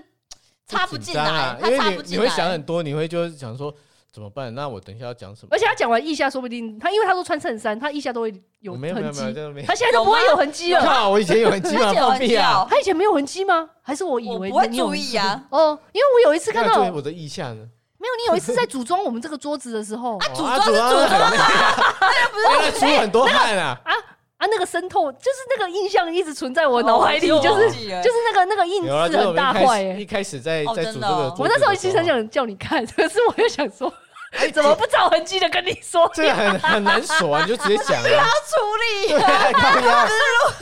C: 插不
B: 紧
C: 进
B: 张啊
C: 来，他
B: 因
C: 插
B: 为
C: 不
B: 你你
C: 进
B: 会想
C: 来。
B: 很多，你会就是想说怎么办？那我等一下要讲什么？
A: 而且他讲完腋下，说不定他因为他说穿衬衫，他腋下都会有
B: 没有没有
A: 痕
B: 没有，
A: 迹
B: 真，的没有。
A: 他现在都不会有痕迹了。
B: 靠！我以前有很鸡嘛，
C: 而且我
B: 放
C: 很
B: 屁啊！
C: 屌
A: 哦他以前没有痕迹吗？还是我以
C: 我
A: 为
C: 不会
A: 你有
C: 注意啊
A: 痕迹哦，因为我有一次看
B: 那
A: 到
B: 注意我的意向呢？
A: 没有，你有一次在组装我们这个桌子的时候
B: 哦
C: 组
B: 啊
C: 装是组装
B: 很累 啊，那出很多汗 啊！
A: 啊啊，那个渗透就是那个印象一直存在我脑海里，
C: 哦
A: 就
C: 我
A: 是
C: 忘记了
A: 就是那个那个印
B: 有啊，
A: 子
B: 就是我
A: 很
B: 们
A: 大
B: 一
A: 块
B: 开
A: 哎
B: 始一。开始在
C: 哦
B: 在
C: 真
B: 组这
C: 的
B: 个
C: 哦
B: 桌子的时候，
A: 我那时候其实很想叫你看， 可是我又想说， 怎么不找痕迹的跟你说？
B: 哎
A: 哦
B: 这个很 很难锁啊，你就直接讲啊。
C: 处
B: 对
C: 理，
B: 啊， 靠 腰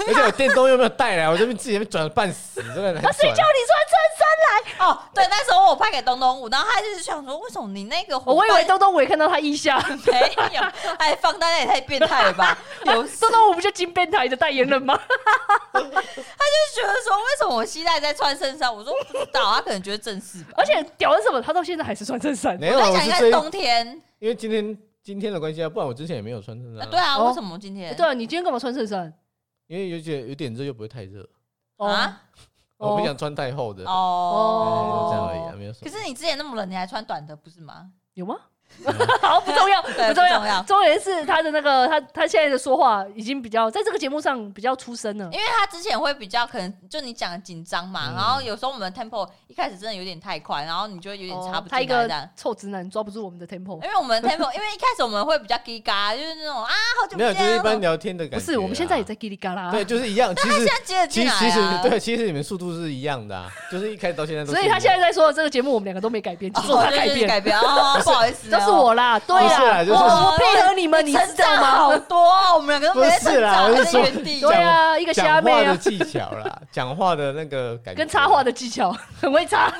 B: 而且我电动又没有带来，我这边自己在那边转了半死，真的很难
A: 啊，谁
B: 转
A: 叫。你穿衬衫来？
C: 哦，对，那时候我拍给东东舞，然后他就是想说，为什么你那个
A: 哦
C: 伙
A: 我
C: 伴
A: 以为东东我也看到他腋 下，
C: 没有，哎，放大那也太变态了 吧？有啊时
A: 东东我不就金变台的代言人吗？
C: 就觉得说，为什么我膝盖在穿衬衫？我说我不知道，他可能觉得正 式吧
A: 而。且屌的是什么？他到现在还是穿衬衫。
B: 没有
C: 我
B: 啊，
C: 在
B: 我
C: 想
B: 是
C: 应该
B: 最
C: 是冬天
B: 因为今天今天的关系啊，不然我之前也没有穿衬
C: 啊，
B: 衫
C: 对
B: 啊，
C: 啊，
A: 哦
C: 为什么今天
A: 对啊，你今天干嘛穿衬衫？
B: 因为有点有点热又不会太热，
A: 哦
C: 啊？
A: 哦
B: 我不想穿太厚的，哎就
A: 哦
B: 这样而已啊，没有什么。
C: 可是你之前那么冷，你还穿短的不是吗？
A: 有吗？ 好，不重要，不 重
C: 对不重要
A: 要。重点是他的那个他他现在的说话已经比较在这个节目上比较出声了。
C: 因为他之前会比较可能就你讲的紧张嘛，
B: 嗯
C: 然后有时候我们的 tempo 一开始真的有点太快，然后你就有点插不
A: 哦他一
C: 进来这
A: 个
C: 样。
A: 臭直男抓不住我们的 tempo。
C: 因为我们的 tempo，因为一开始我们会比较叽嘎，就是那种啊，好久不
B: 没 有，
C: 见，
B: 就是一般聊天的感觉
A: 不
B: 啊。
A: 是，我们现在也啊在叽里嘎啦。
B: 对，就是一 样。其实
C: 现在接着
B: 其实
C: 进来、啊，
B: 其实对，其实你们速度是一样的啊，就是一开始到现在都是
A: 所
B: 一样。
A: 以他现在在说的这个节目，我们两个都没改变，只
C: 哦，
A: 是我他
C: 对
A: 改
C: 就是
A: 变。
C: 改变哦，不好意 思、
A: 都是，我啦，对
B: 不是啦啊就是
A: 我
C: 哦
A: 我配合你们，你知
C: 成
A: 道
C: 长好
A: 吗？
C: 多、哦，我们两个都没在
B: 不是
C: 成
B: 啦我
C: 长，还
B: 是
C: 在
B: 说
C: 原地。
A: 对啊，一个虾
B: 讲
A: 妹
B: 话的
A: 啊，
B: 技巧啦，讲话的那个感觉，
A: 跟插话的技巧很会插，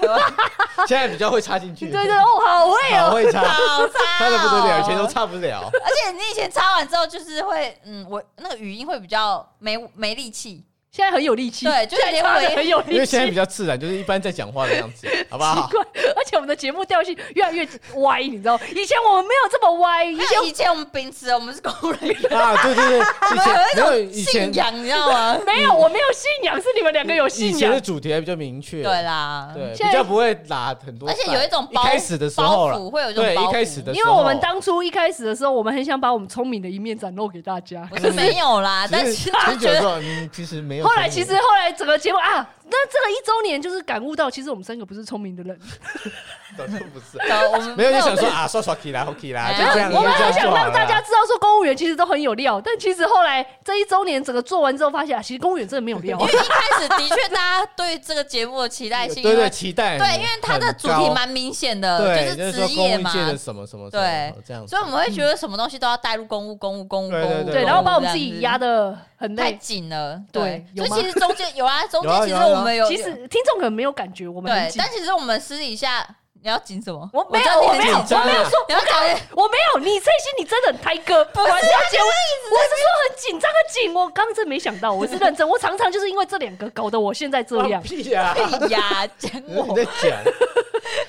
B: 现在比较会插进去，
A: 对对哦，好会
B: 好
A: 哦，
B: 会插，
C: 好差、哦，
B: 插的不得了，以前都插不了。
C: 而且你以前插完之后，就是会，嗯，我那个语音会比较没没力气，
A: 现在很有力气，
C: 对就是
A: 现在插的很有
B: 因
A: 力
B: 为现在
A: 气，
B: 比
A: 奇
B: 较自然，就是一般在讲话的样子，好不好？
A: 怪，而且我们的节目调性越来越歪，你知道吗？以前我们没有这么歪，以
C: 因为
B: 哎
A: 前
C: 以前我们秉持我们是工人，
B: 啊，对对对，
C: 我
B: 以前没有
C: 们有一
B: 以
C: 种
B: 前
C: 信仰，你知道吗？
A: 没有，我没有信仰，是你们两个有
B: 以
A: 信
B: 前的
A: 仰，
B: 主题还比较明确，
C: 对啦，
B: 对，
A: 现在
B: 比较不会拉很多
C: 嗯而
B: 散，
C: 且有一种
B: 一
C: 包
B: 开始的时候
C: 包
B: 啦，
C: 袱会有一种
B: 对，
C: 包袱
B: 一开始的时
A: 因
B: 候，
A: 为我们当初一开始的时候，我们很想把我们聪明的一面展露给大家，
C: 不 是没有啦，但
B: 只
C: 是
B: 很
C: 就
B: 久
C: 觉
B: 之
C: 得
B: 后，嗯，其实没有。
A: 后来其实后来整个节目啊，那这个一周年就是感悟到，其实我们三个不是聪明的人，
B: 早就不是，
C: 呃我们
B: 没有就想说啊，刷刷 K 啦，OK 啦，
C: 哎
B: 就这样，
A: 我们
B: 就这
A: 很
B: 样
A: 想
B: 就好
A: 让
B: 了
A: 大家
B: 啦。
A: 知道说公务员其实都很有料，但其实后来这一周年整个做完之后，发现啊其实公务员真的没有料。
C: 因为一开始的确大家对这个节目的期待性，
B: 对对，
C: 因为
B: 期待
C: 对，因为它的主题蛮明显的，
B: 很高哎对，
C: 就是
B: 说
C: 职业
B: 公
C: 嘛
B: 务，界的什么什么什
C: 对
B: 么这样子，
C: 所以我们会觉得什么东西都要带入公务、公务、公务、公
B: 对对
C: 务，
B: 对
A: 对，然后把我们自
C: 这
A: 己
C: 样
A: 压
C: 子
A: 的很
C: 太
A: 累。
C: 紧了，
A: 对
C: 对，
A: 有
C: 所以
A: 吗
C: 其实中间有啊，中间
B: 有啊
C: 其实
B: 有啊有啊
C: 我们有，
A: 其实听众可能没有感觉我们很
C: 对，
A: 紧
C: 但，其实我们私底下你要紧什么？
A: 我没
C: 知
A: 有，
C: 道你
A: 我
C: 很
A: 没有，
B: 紧张
A: 我
B: 啊
A: 没有说，
C: 你要讲
A: 我没有。你这些你真的很胎 哥，不
C: 是啊
A: 节目，我是说很紧张很紧。我刚刚真没想到，我是认真。我常常就是因为这两个搞得我现在这样
B: 放。啊屁呀，
C: 屁哎呀，讲
B: 你
C: 我
B: 在讲，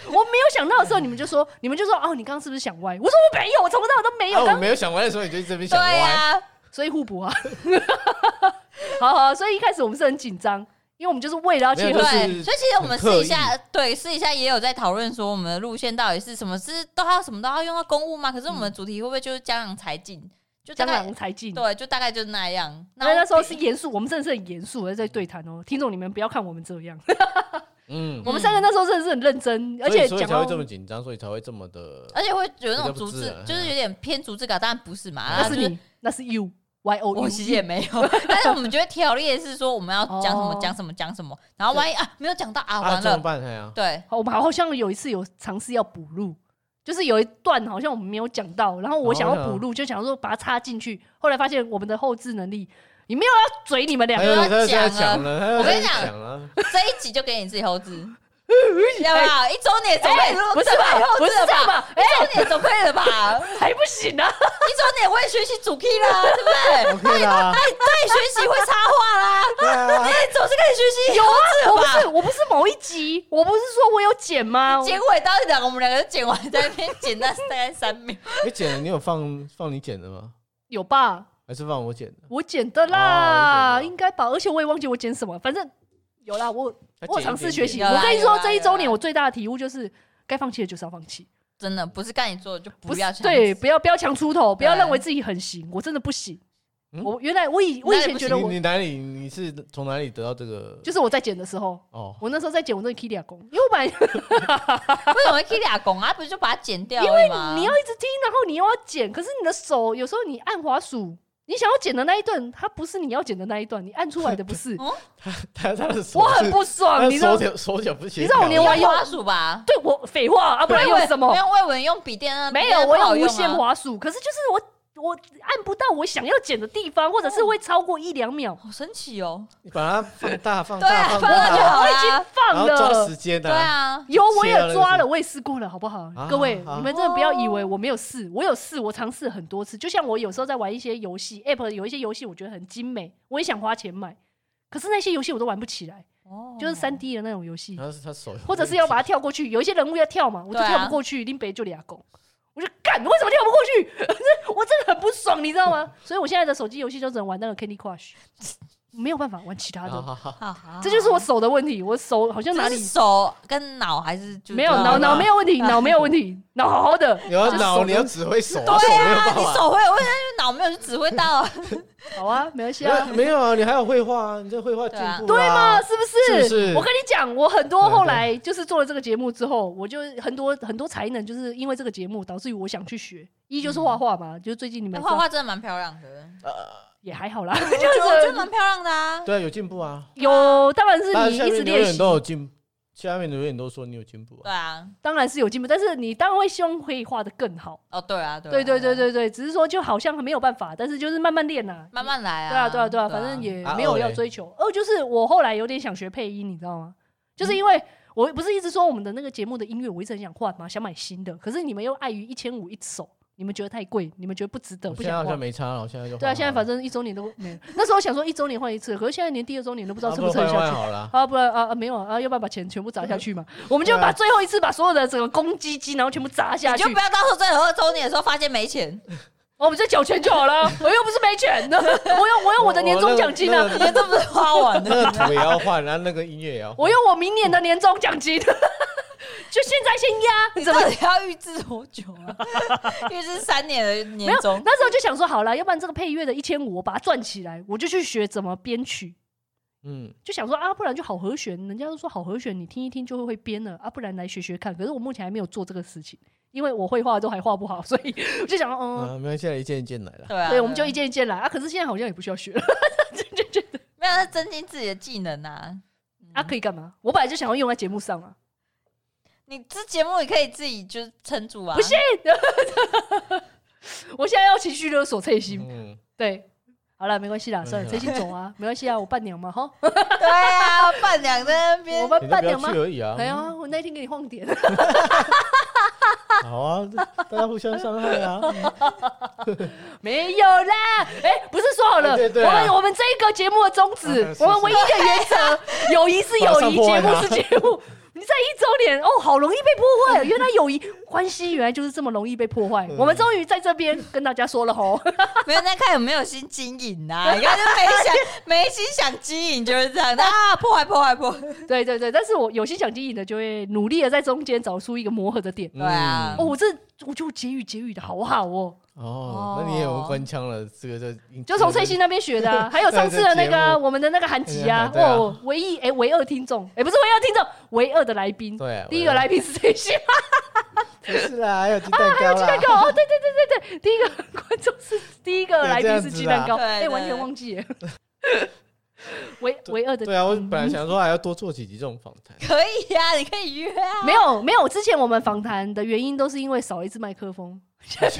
A: 我没有想到的时候，你们就说，你们就说，哦，你刚刚是不是想歪？我说我没有，我从头到尾都没有。
B: 嗯啊，我
A: 刚
B: 没有想歪的时候，你就这边
C: 哎对
B: 想
C: 啊
B: 歪，
C: 呀，
A: 所以互补啊。 好好，所以一开始我们是很紧张，因为我们就是为了要
B: 没
A: 切
B: 有就
A: 合
B: 是
C: 对，所以其实我们
B: 很刻
C: 私
B: 意
C: 底下对私底下也有在讨论说我们的路线到底是什么，是都要什么都要用到公务吗？可是我们的主题会不会就是江郎才尽？就大
A: 嗯江
C: 概
A: 郎才尽。
C: 对，就大概就那样。
A: 因为那时候是严肃，我们真的是很严肃的在对谈哦。听众，你们不要看我们这 样，
B: 嗯，
A: 我们三个那时候真的是很认真，而
B: 所以
A: 且
B: 所以
A: 讲
B: 才
A: 到
B: 会这么紧张，所以才会这么的，
C: 而且会有那种
B: 比较
C: 逐
B: 不自
C: 字
B: 然，啊
C: 就是有点偏逐字稿，当然不是嘛，然
A: 那
C: 后
A: 是
C: 啊就是
A: 你，那是 you， Y O
C: 我
A: U，
C: 其实也没有，但是我们觉得条例是说我们要讲什么
A: 哦
C: 讲什么讲什么，然后万一啊没有讲到啊
B: 啊，
C: 完
B: 怎么
C: 了，
B: 办？哎呀，
C: 对，
A: 好我们好像有一次有尝试要补录，就是有一段好像我们没有讲到，然后我想要
B: 哦
A: 补录，就想说把它插进去，后来发现我们的后置能力，你没有要嘴你们两
B: 还
A: 个，
B: 有
C: 个
B: 他
C: 哎要
B: 在
C: 讲
B: 讲了，
C: 我跟你
B: 他
C: 讲
B: 在讲了，
C: 这一集就给你自己 投资，要不要？一周年总可以录，
A: 哎不是吧？不是这样吧？哎、
C: 一周年总可以了吧？
A: 还不行啊！
C: 一周年我也学习主 key 啦，对不对？
B: OK 啦，
C: 他也学习会插画啦，
B: 对啊
C: 哎，总是可以学习。有
A: 我
C: 啊
A: 不是，我不是某一集，我不是说我有剪吗？
C: 结尾到底两个我们两个就剪完，在那边剪到大概三秒，
B: 你剪的，你有放放你剪的吗？
A: 有吧？
B: 还是放我剪的？
A: 我剪的啦，
B: 哦你剪的
A: 应该吧？而且我也忘记我剪什么，反正有啦。我我
B: 还剪一
A: 尝试
B: 点
A: 学习。
B: 点
C: 有啦
A: 我跟你说
C: 有，啦
A: 这一周年
C: 有啦
A: 我最大的体悟就是，该放弃的就是要放弃，
C: 真的不是干你做的就不
A: 是
C: 要去。
A: 对，不要不要强出头，不要
C: 对
A: 认为自己很行，我真的不行。
B: 嗯
A: 我原来我以我以前觉得
B: 你
A: 我
B: 你哪里？你是从哪里得到这个？
A: 就是我在剪的时候，
B: 哦，
A: 我那时候在剪，我真的 k 俩工，因为我本来
C: 为什么会 k 俩拱啊？不是就把它剪掉？
A: 因为你要一直听，然后你又要剪，可是你的手有时候你按滑鼠，你想要剪的那一段，它不是你要剪的那一段，你按出来的不是
C: 哦，
B: 他他的手
A: 我很
B: 是
A: 不
B: 他
A: 爽，
B: 的
A: 你知道
B: 手？脚手脚不协
A: 你知道我
B: 调
A: 连玩
C: 用滑鼠吧？
A: 对我废话啊，不然用什么
C: 没？有魏文用笔电啊，
A: 没
C: 笔电
A: 有，
C: 不
A: 我有
C: 好
A: 无
C: 用啊
A: 线滑鼠，可是就是我我按不到我想要剪的地方，或者是会超过一两秒，
C: 好神奇哦！
B: 你把它放大放
C: 对啊
B: 大放
C: 放大
A: 我
C: 就
B: 大，
C: 好
A: 已经
C: 啦
B: 然
A: 放
B: 后抓时
A: 了。
B: 间
C: 对
B: 的啊。
C: 啊，
A: 有，我
B: 切
A: 也
B: 了是
A: 抓了，
B: 不是
A: 我也试过了，好不好？
B: 啊
A: 各位，
B: 啊
A: 你们真的不要以为我没有试，我有试，我尝试很多次。就像我有时候在玩一些游戏，App 有一些游戏我觉得很精美，我也想花钱买，可是那些游戏我都玩不起来，
C: 哦
A: 就是三 D 的那种游戏，
B: 然后是他手，
A: 或者是要把它跳过去。有一些人物要跳嘛，我就
C: 对啊
A: 跳不过去，拎北就俩狗。我就干，你为什么跳不过去？ 我真的很不爽，你知道吗？所以我现在的手机游戏就只能玩那个 Candy Crush，没有办法玩其他
B: 好
A: 的。
B: 好好，
C: 好好，
A: 这就是我手的问题，我手好像哪
C: 这
A: 里
C: 是手跟脑还是就
A: 没有
B: 对啊
A: 脑，
B: 对
A: 脑
B: 啊
A: 没有问 题，脑没有问题，脑好好的。
B: 你要
A: 就是手
B: 脑你要
A: 的
B: 指挥手啊，
C: 对
B: 手没有
C: 啊，
B: 办
C: 你
B: 法。
C: 手会有问题，因为脑没有去指挥 到啊，
A: 好啊，没关系
B: 没有
A: 啊，
B: 没有啊，你还有绘画啊，你这绘画进
C: 对啊
B: 步
A: 对吗？
B: 啦。
A: 是不是？
B: 是不是
A: 我跟你讲，我很多
B: 对对
A: 后来就是做了这个节目之后，我就很多很多才能，就是因为这个节目导致于我想去学。一就是画画
B: 嗯
A: 嘛，就是最近你
B: 哎
A: 们也知
C: 画
A: 道
C: 画真的蛮漂亮的，
A: 也还好啦， 就
C: 我觉得我觉得
A: 是
C: 蛮漂亮的啊。
B: 呃对啊，有进步啊。
A: 有，当然是
B: 大家
A: 你
B: 下
A: 一直
B: 面留
A: 练
B: 言
A: 习，
B: 都有进，下面留言都说你有进步
C: 对
B: 啊。
C: 啊，
A: 当然是有进步，但是你当然会希望可以画的更好。
C: 哦对啊，对啊
A: 对对对，对对，只是说就好像没有办法，但是就是慢慢练呐，
C: 慢慢来啊。
A: 对啊，对啊，对啊，反正也没有要追求。二就是我后来有点想学配音，你知道吗？
C: 嗯
A: 就是因为我不是一直说我们的那个节目的音乐我一直很想换嘛，想买新的，可是你们又碍于一千五一首，你们觉得太贵，你们觉得不值得，
B: 我
A: 不
B: 现在
A: 想
B: 好像
A: 换。
B: 没差了，我现在就
A: 对啊，
B: 换
A: 现在
B: 好
A: 反
B: 了
A: 正一周年都没有。那时候想说一周年换一次，可是现在连第二周年都不知道
B: 啊
A: 撑
B: 不
A: 不撑得
B: 换
A: 下
B: 换
A: 去。
B: 好了，
A: 啊，不然啊啊没有啊，要不要把钱全部砸下去 嘛？我们就
B: 对啊
A: 把最后一次把所有的整个公积金，然后全部砸下
C: 你
A: 去哦
C: 就，不要到时候在二周年的时候发现没钱，
A: 我们就缴钱就好了。我又不是没钱， 我有我有我的年终奖金啊，
B: 我那个那个
C: 因为这不是花完的。
B: 那个图也要换，然后那个音乐也要换。
A: 我用我明年的年终奖金， 就现在先压，
C: 你
A: 怎么
C: 到底要预支多久啊？ 预支三年的
A: 没
C: 年
A: 有
C: 终？，
A: 那时候就想说，好了，要不然这个配乐的一千五，我把它赚起来，我就去学怎么编曲。
B: 嗯，
A: 就想说啊，不然就好和弦，人家都说好和弦，你听一听就会会编了啊，不然来学学看。可是我目前还没有做这个事情，因为我会画都还画不好，所以我就想说，嗯，
B: 啊，没关系，一件一件来 了。
C: 对啊，
A: 对，我们就一件一件来啊。可是现在好像也不需要学了
C: 没有那增进自己的技能啊。
A: 啊，可以干嘛？我本来就想要用在节目上啊，
C: 你这节目也可以自己就是撑住啊。
A: 不信，我现在要情绪勒索蔡心，
B: 嗯，
A: 对。好了，没关系啦，算了，
B: 对
A: 蔡心走啊，没关系啊，我伴娘嘛，哈，
C: 对啊，伴娘在那边
A: 我。们
B: 你都
A: 伴
B: 不要
A: 娘嘛
B: 去，而 已啊。
A: 哎呀，我那天给你晃 点，
B: 好啊，大家互相伤害 啊。
A: 没有 啦。哎、不是说好了，
B: 哎对对啊
A: 我们我们这一个节目的宗旨，
B: 啊是
A: 我们唯一的原则，友谊是友
B: 马上
A: 谊，
B: 破
A: 节
B: 坏
A: 目
B: 它
A: 是节目。你在一周年哦，好容易被破 坏。原来友谊关系原来就是这么容易被破坏。
B: 嗯
A: 我们终于在这边跟大家说了 吼，
C: 没有在看有没有心经 营啊？你看就没想没心想经营就是这样的啊，破坏破坏破坏。
A: 对对对，但是我有心想经营的就会努力的在中间找出一个磨合的点。
C: 对啊
B: 嗯
A: 哦，我这我就结语结语的好好哦，
B: 哦，那你也有官腔了，这个就
A: 就从翠欣那边学的、啊，还有上次的那
B: 对这节
A: 个
B: 目
A: 我们的那个韩吉啊，
B: 对啊
A: 哦，唯一哎、唯二听众，哎、不是唯二听众，唯二的来宾，
B: 对啊
A: 第一个来啊宾是翠欣，
B: 不是啦，还有鸡蛋糕
A: 那
B: 啦
A: 个。哦，对对对对对，第一个观众是第一个来宾是鸡蛋糕，
C: 有这样子的啊
A: 哎、
C: 对对
A: 完全忘记了。唯唯二的
B: 对啊，我
A: 嗯
B: 本来想说还要多做几集这种访 谈，
C: 可以呀、你可以约啊。
A: 没有没有，之前我们访谈的原因都是因为少了一支麦克风。
C: 对啊，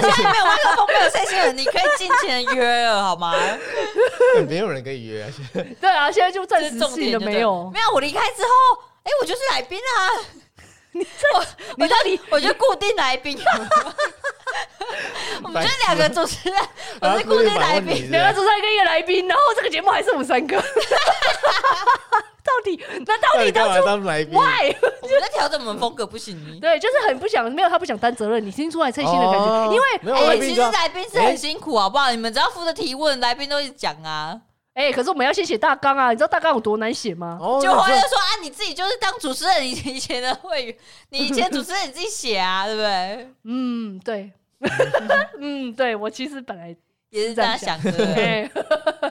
C: 现在没有麦克风，没有线性了，你可以尽情的约了，好吗？
B: 但没有人可以约啊。
A: 对啊，现在就暂
C: 这
A: 时
C: 是重
A: 性
C: 点
A: 的
C: 就对
A: 没有。
C: 没有，我离开之后，哎、我就是来宾啊，
A: 你到底
C: 我就固定来宾。我们就两个主持人，我是固定来宾。
A: 两个
B: 啊
A: 主持人跟一个来宾，然后这个节目还剩我们三个，到底那到
B: 到
A: 底
B: 底干
A: 当
B: 嘛
A: 初
B: 当来宾？
A: why？
C: 我们在调整我们风格，不行。
A: 对，啊就是很不想，没有他不想担责任，你听出来蔡心的感觉，
B: 哦
A: 因为
B: 没有
C: 哎、
B: 来
C: 其
B: 宾
C: 实
B: 就要
C: 来宾是很辛苦，好不好？你们只要负责提问，来宾都一直讲啊。
A: 哎、可是我们要先写大纲啊，你知道大纲有多难写吗？
B: 哦，
C: 就
B: 那
C: 或
B: 这
C: 者
B: 样
C: 说啊，你自己就是当主持人，你以前的会员，你以前主持人你自己写啊，对不对？
A: 嗯， 对，嗯，对我其实本来
C: 也是这样想的。对 不对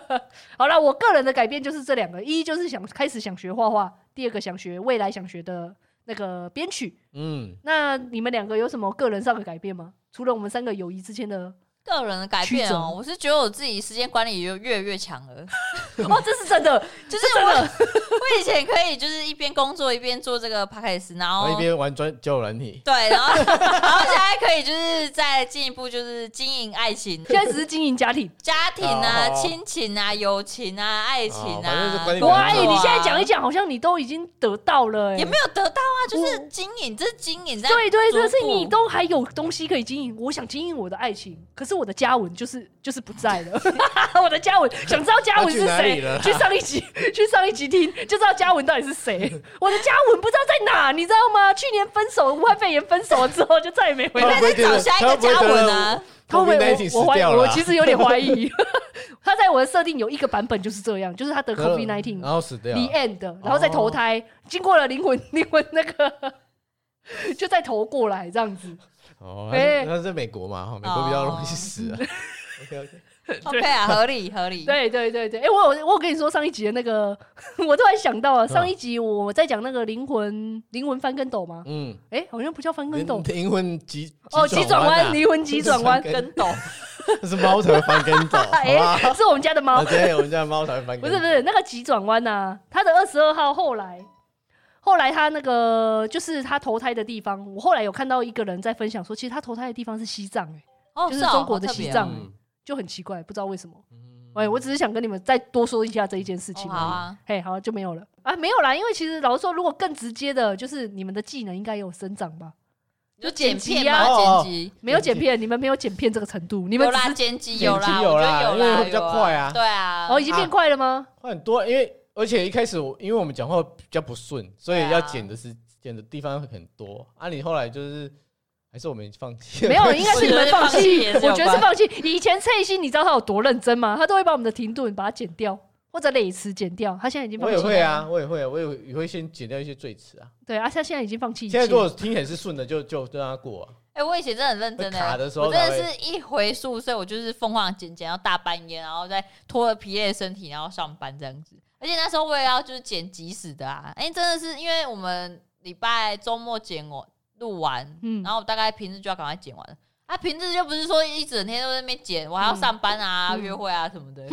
A: 对，好了，我个人的改变就是这两个，一就是想开始想学画画，第二个想学未来想学的那个编曲。
B: 嗯，
A: 那你们两个有什么个人上的改变吗？除了我们三个友谊之间 的，
C: 个人的改变哦
A: 曲，折
C: 我是觉得我自己时间管理就越来越强了。
A: 哦，这是真的，
C: 就是
A: 这真
C: 我，
A: 的，
C: 我以前可以就是一边工作一边做这个 podcast，然
B: 然哦后一
C: 后
B: 边玩专交友软体，
C: 对，然后 然后现在可以就是再进一步就是经营爱情、
A: 现在只是经营家庭。
C: 家庭啊、
B: 哦
C: 亲情啊、友情啊、爱情
B: 哦
C: 啊，
B: 反正是管理
A: 哇，哎
B: 没错啊
A: 你现在讲一讲，好像你都已经得到了、哎
C: 也没有得到啊，
B: 哦
C: 就是经营，这是经营在
A: 对对，
C: 逐
A: 但是
C: 步
A: 你都还有东西可以经营。我想经营我的爱情，可是我的嘉文就是就是不在了。 我的嘉文，想知道嘉文是
B: 他去哪里
A: 谁
B: 了？啦
A: 去上一集， 去上一集听就知道嘉文到底是谁。我的嘉文不知道在哪，你知道吗？去年分手，武汉肺炎分手了之后就再也没回
B: 他
A: 来。
B: 会不会觉得
C: 找下一个
B: 他会不会
C: 嘉
B: 觉得
C: 文啊
A: 他会不会
B: COVID-19
A: 我我
B: 死
A: 怀疑，
B: 掉了
A: 我
B: 啊
A: 其实有点怀疑。他在我的设定有一个版本就是这样，就是他得 COVID 19
B: 然后死掉
A: the，end，然后再投胎，经过了灵魂灵魂那个， 就再投过来这样子。
B: 哦，
A: 哎哦
B: 那那是在美国嘛，哈，美国比较容易死啊。OK OK，
C: OK 啊，合理合理。
A: 对对对对，哎、我有我有跟你说上一集的那个， 我突然想到了，啊
B: 嗯
A: 上一集我在讲那个灵魂灵魂翻跟斗吗？
B: 嗯，
A: 哎、好像不叫翻跟斗，
B: 灵魂急啊
A: 哦，急转弯，灵魂急转 弯，
B: 不是翻
A: 跟斗，
B: 那是猫头翻跟斗，好
A: 哎、
B: 吧？
A: 是我们家的猫
B: 啊，，对，我们家的猫头翻跟
A: 不
B: 斗，
A: 是不是那个急转弯呐，他的二十二号后来。后来他那个就是他投胎的地方，我后来有看到一个人在分享说，其实他投胎的地方是西藏、哎，
C: 哦，
A: 就是
C: 哦
A: 中国的
C: 好特别
A: 西
C: 哦
A: 藏
B: 嗯
A: 就很奇怪，不知道为什么。
B: 嗯
A: 哎、我只是想跟你们再多说一下这一件事情
C: 哦
A: 而
C: 好
A: 已。
C: 啊，
A: 嘿，好，就没有了啊，没有啦，因为其实老实说，如果更直接的，就是你们的技能应该也有生长吧？
C: 就剪片
B: 剪辑
C: 嘛，
B: 啊
C: 剪辑。
A: 没有剪片，你们没有剪片这个程度，你
C: 你
A: 们
C: 有
A: 只
C: 啦，
A: 是
C: 剪辑
B: 剪
C: 有
B: 辑
C: 啦，
B: 有
C: 我觉
B: 啦
C: 得有
B: 因为
C: 啦，
B: 会比较
C: 有
B: 快啊
C: 对啊，
A: 哦，已经变快了吗？
B: 会很多，因为而且一开始我因为我们讲话比较不顺，所以
C: 对啊
B: 要剪的
A: 哎
B: 是剪的地方会很多。啊，你后来就是还是我们放弃了，
A: 没有，应该是你们放
C: 我觉得放弃
A: 弃
C: 也。是有
A: 我觉得是放弃。以前蔡心，你知道他有多认真吗？他都会把我们的停顿把它剪掉，或者累词剪掉。他现在已经放
B: 我
A: 弃
B: 也
A: 了。
B: 会啊，我也会，我也会也会先剪掉一些最词啊。
A: 对，啊，他现在已经放弃一切。
B: 现在如果听起来是顺的，就就就让它过啊。
C: 哎、我以前真的很认真的、
B: 会卡的时候
C: 我真的
B: 才会
C: 是一回宿舍，我就是疯狂剪剪到大半夜，然后再拖着疲累的身体，然后上班这样子。而且那时候我也要就是剪即时的啊，哎、真的是因为我们礼拜周末剪我录完，
A: 嗯
C: 然后我大概平日就要赶快剪完了。啊，平日就不是说一整天都在那边剪，我还要
A: 嗯
C: 上班啊、
A: 嗯
C: 约会啊什么的。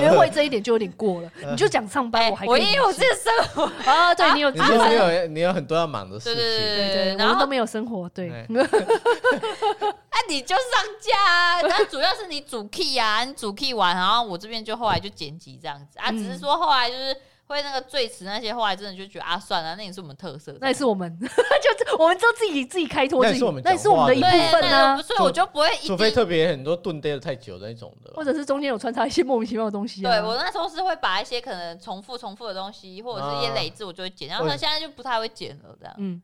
A: 约会这一点就有点过了，你就讲上
C: 哎、
A: 班，我还可
C: 我
A: 以
C: 也有自己的生活，
A: 啊，对你有
B: 你
A: 自己
B: 就是
A: 的
B: 没有你有很多要忙的事
C: 对对
B: 情，
C: 对
A: 对对，我
C: 然
A: 们都
C: 后
A: 没有生活，对，
B: 哎
C: 啊，你就上架 啊！但主要是你主 key 啊，你主 key 完，然后我这边就后来就剪辑这样子啊，
A: 嗯
C: 只是说后来就是会那个最迟那些，后来真的就觉得啊，算了，那也是我们特色这
A: 那也
C: 样，
A: 是我们， 就我们就自己自己开拓
B: 那
A: 自
B: 也
A: 己
B: 是我们，
A: 那也是我们的一
B: 讲话
A: 部
C: 对，
A: 分
C: 那
A: 啊
C: 就不。所以我就不会一
B: 除非
C: 定。
B: 特别很多顿待的太久的那种的吧，
A: 或者是中间有穿插一些莫名其妙的东西、啊。
C: 对我那时候是会把一些可能重复重复的东西，或者是一些累字，我就会剪。然后呢，
B: 嗯
C: 现在就不太会剪了，这样。
A: 嗯，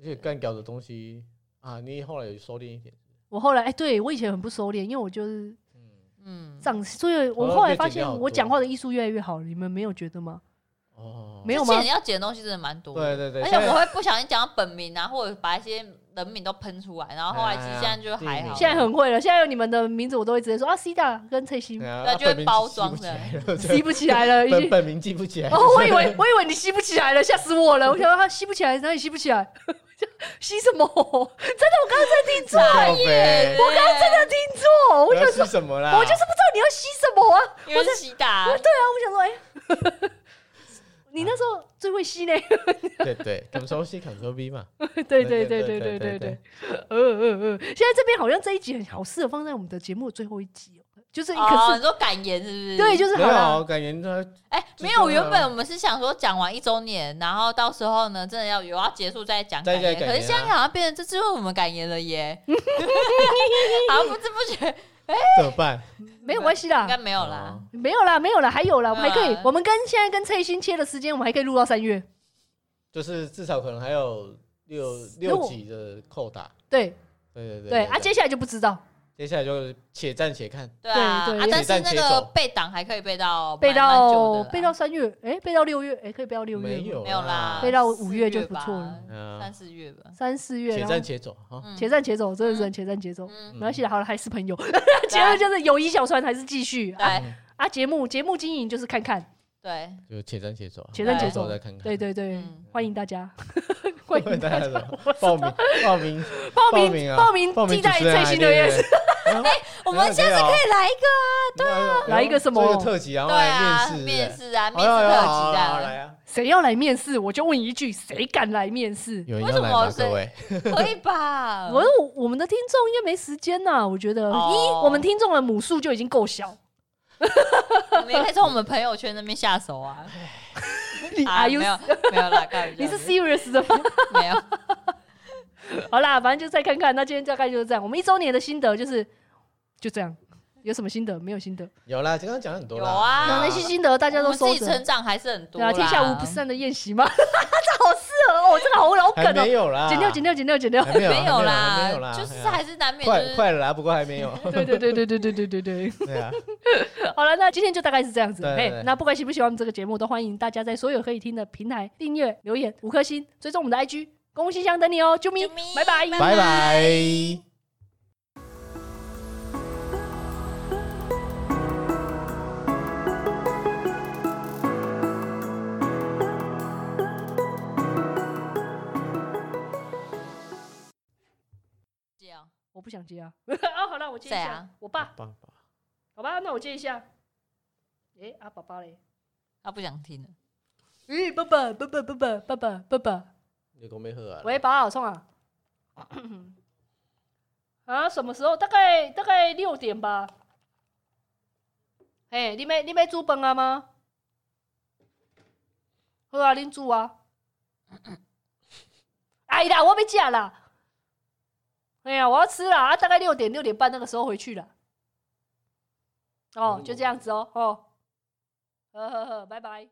B: 而且干掉的东西啊，你后来有收敛一点，
A: 我后来哎、对我以前很不收敛，因为我就是
B: 嗯，
C: 嗯，
A: 长，所以我
B: 哦
A: 后来
B: 被
A: 发
B: 剪
A: 现
B: 掉很
A: 我
B: 多
A: 讲话的艺术越来越好了，你们没有觉得吗？
B: 哦，
A: 没有哎
C: 之
A: 吗
C: 前？要剪的东西真的蛮多的。
B: 对对对，
C: 而且
B: 现在
C: 我会不小心讲到本名啊，或者把一些人名都喷出来，然后后来其实现在就还好。
B: 哎呀
A: 现在很会了，现在有你们的名字我都会直接说啊，C 大跟翠欣
B: 对啊
C: 对
B: 啊
C: 就会
B: 本名
C: 包
B: 记
C: 装
B: 不起
C: 的
B: 来了 对
A: 吸不起来了，已
B: 本
A: 经。哦
B: 本名记不起来
A: 啊哦，我以为我以为你吸不起来了，吓死我了！我想说他吸不起来，哪里吸不起来？ 吸什么？ 真的，我刚刚在听
C: 啊
A: 错，
B: 靠北
A: 我刚刚真的听错，我
B: 我要
A: 想
B: 吃
A: 说，
B: 什么啦？
A: 我就是不知道你要吸什么啊！
C: 因为是西打
A: 对，啊，我想说，哎、 你那时候最会吸呢？
B: 对对，Ctrl C Ctrl V 嘛。
A: 对对对对对对对，呃呃呃，现在这边好像这一集很好适合放在我们的节目的最后一集哦，就是一
C: 哦，
A: 个
C: 你
A: 是，
C: 说感言是不是？
A: 对，就是嗯
B: 没
A: 好
B: 有，啊
A: 了，
B: 感觉他
C: 哎、没
B: 就
C: 有，
B: 是
C: 原
B: 啊
C: 本我们是想说讲完一周年，然后到时候呢，真的要有要结束再讲
B: 再
C: 感言。
B: 再感
C: 可是
B: 言
C: 现在
B: 啊
C: 好像变成这就是我们感言 了耶，好像不知不觉
B: 怎么办？
A: 没哎有关啊系啦
C: 应该。没有啦
B: 哦。。
A: 没有啦，没有啦，还有啦，我们还可以
C: 嗯，
A: 我们跟现在跟蔡欣切的时间，我们还可以录到三月。
B: 就是至少可能还有六
A: 如
B: 六
A: 果
B: 级的扣打。
A: 对
B: 对对对
A: 对，啊，接下来就不知道
B: 接下来就是且战且看，
C: 对啊，
A: 对对
C: 啊，但是
B: 且战
C: 那
B: 且
C: 个
B: 走
C: 背档还可以背到
A: 背
C: 蛮蛮久的
A: 到
C: 啦
A: 背到三月，哎，背到六月，哎，可以背到六月吗，
B: 没有
C: 没有
B: 哦
C: 啦，
A: 背到
C: 四
A: 五月就
C: 月
A: 不错了哦
C: 吧
B: 嗯
C: 三四月吧。
A: 三四月，
B: 且
A: 然后
B: 战且走哈。
C: 嗯
A: 且战且走，真的是
C: 嗯
A: 且战且走。
C: 嗯，
B: 嗯
A: 然后写好了还是朋友，
C: 对
A: 结
C: 啊
A: 论就是友谊小船还是继续啊
C: 对
B: 嗯
A: 啊！节目节目经营就是看看，
C: 对，
B: 就且战且走啊，
A: 且战
C: 且
B: 到时候
A: 走
B: 再看看。
A: 对对对
C: 嗯，
A: 欢迎大家， 欢迎大 家
B: 大家怎么报名
A: 报
B: 报名报名
A: 名
B: 啊
A: 报名
B: 报
A: 替
B: 名主
A: 代
B: 持人哎啊
A: 最新的月，
B: 对对对
C: 哎我们下次可以来一个
B: 对啊
A: 来一个什么
B: 做一个特辑，然后
C: 对啊
B: 来，面
C: 面
B: 试
C: 试啊，
B: 哎，
C: 面试特辑这
B: 好啊
C: 样，
B: 来啊！
A: 谁要来面试，我就问一句，谁敢来面试？
B: 有人
C: 人
B: 要来
C: 要来
B: 吗？
C: 吗
B: 各
C: 各
B: 位
C: 位，可以吧？
A: 我我我们的听众应该没时间呐，我觉得，
C: 嗯哦
A: 一我们听众的母数就已经够小，
C: 你们也可以从我们朋友圈那边下手 啊。
A: 你
C: 啊，
A: are
C: 没
A: you
C: 有没有 啦，开玩
A: 哎
C: 笑
A: 你是
C: 的
A: serious 的吗？
C: 没有？
A: 好啦，反正就再看看，那今天大概就是这样，我们一周年的心得就是就这样，有什么心得？没有心得，
B: 有啦，刚刚讲很多啦，
C: 有啊
A: 那那些心得大
C: 大
A: 家都收
C: 自己
A: 着
C: 成。长还是很多
A: 对
C: 啦。
A: 啊，天下无不散的宴席嘛， 这好适合哦，这个好老梗
B: 还没啊
A: 哦，
B: 有啦，
A: 剪掉剪掉剪掉 剪掉，
B: 还没有，
C: 没
B: 还没
C: 有
B: 有
C: 啦
B: 啦，，
C: 就是
B: 哎呀
C: 还是难免就
B: 快
C: 是
B: 快了啦，不过还没有，
A: 对对对对对对对对对。
B: 对啊，
A: 好了，那今天就大概是这样子。
B: 对对
A: 嘿
B: 对
A: 那不管喜不喜欢我们这个节目，都欢迎大家在所有可以听的平台订阅、留言五颗星，追踪我们的 IG，公共信箱等你哦，啾咪
C: 啾咪，
A: 拜拜。
C: 拜
B: 拜拜。
C: 这样。
A: 我不想接啊。 啊，好了，我接一
C: 谁
A: 下。
C: 啊
A: 我爸，
B: 爸爸，
A: 好吧，那我接一下。诶，啊，爸爸嘞？
C: 他不想听了，
A: 咦、爸爸，爸爸，爸爸，爸爸，爸爸。
B: 你讲没喝啊？
A: 喂，爸，好冲啊！ 啊，什么时候？大概大概六点吧。嘿，你要你要煮饭啊吗？好啊，恁煮啊。 哎啦，我要吃啦。哎呀，我要吃啦！啊，大概六点六点半那个时候回去了。哦，就这样子哦，哦，呵呵呵，拜拜。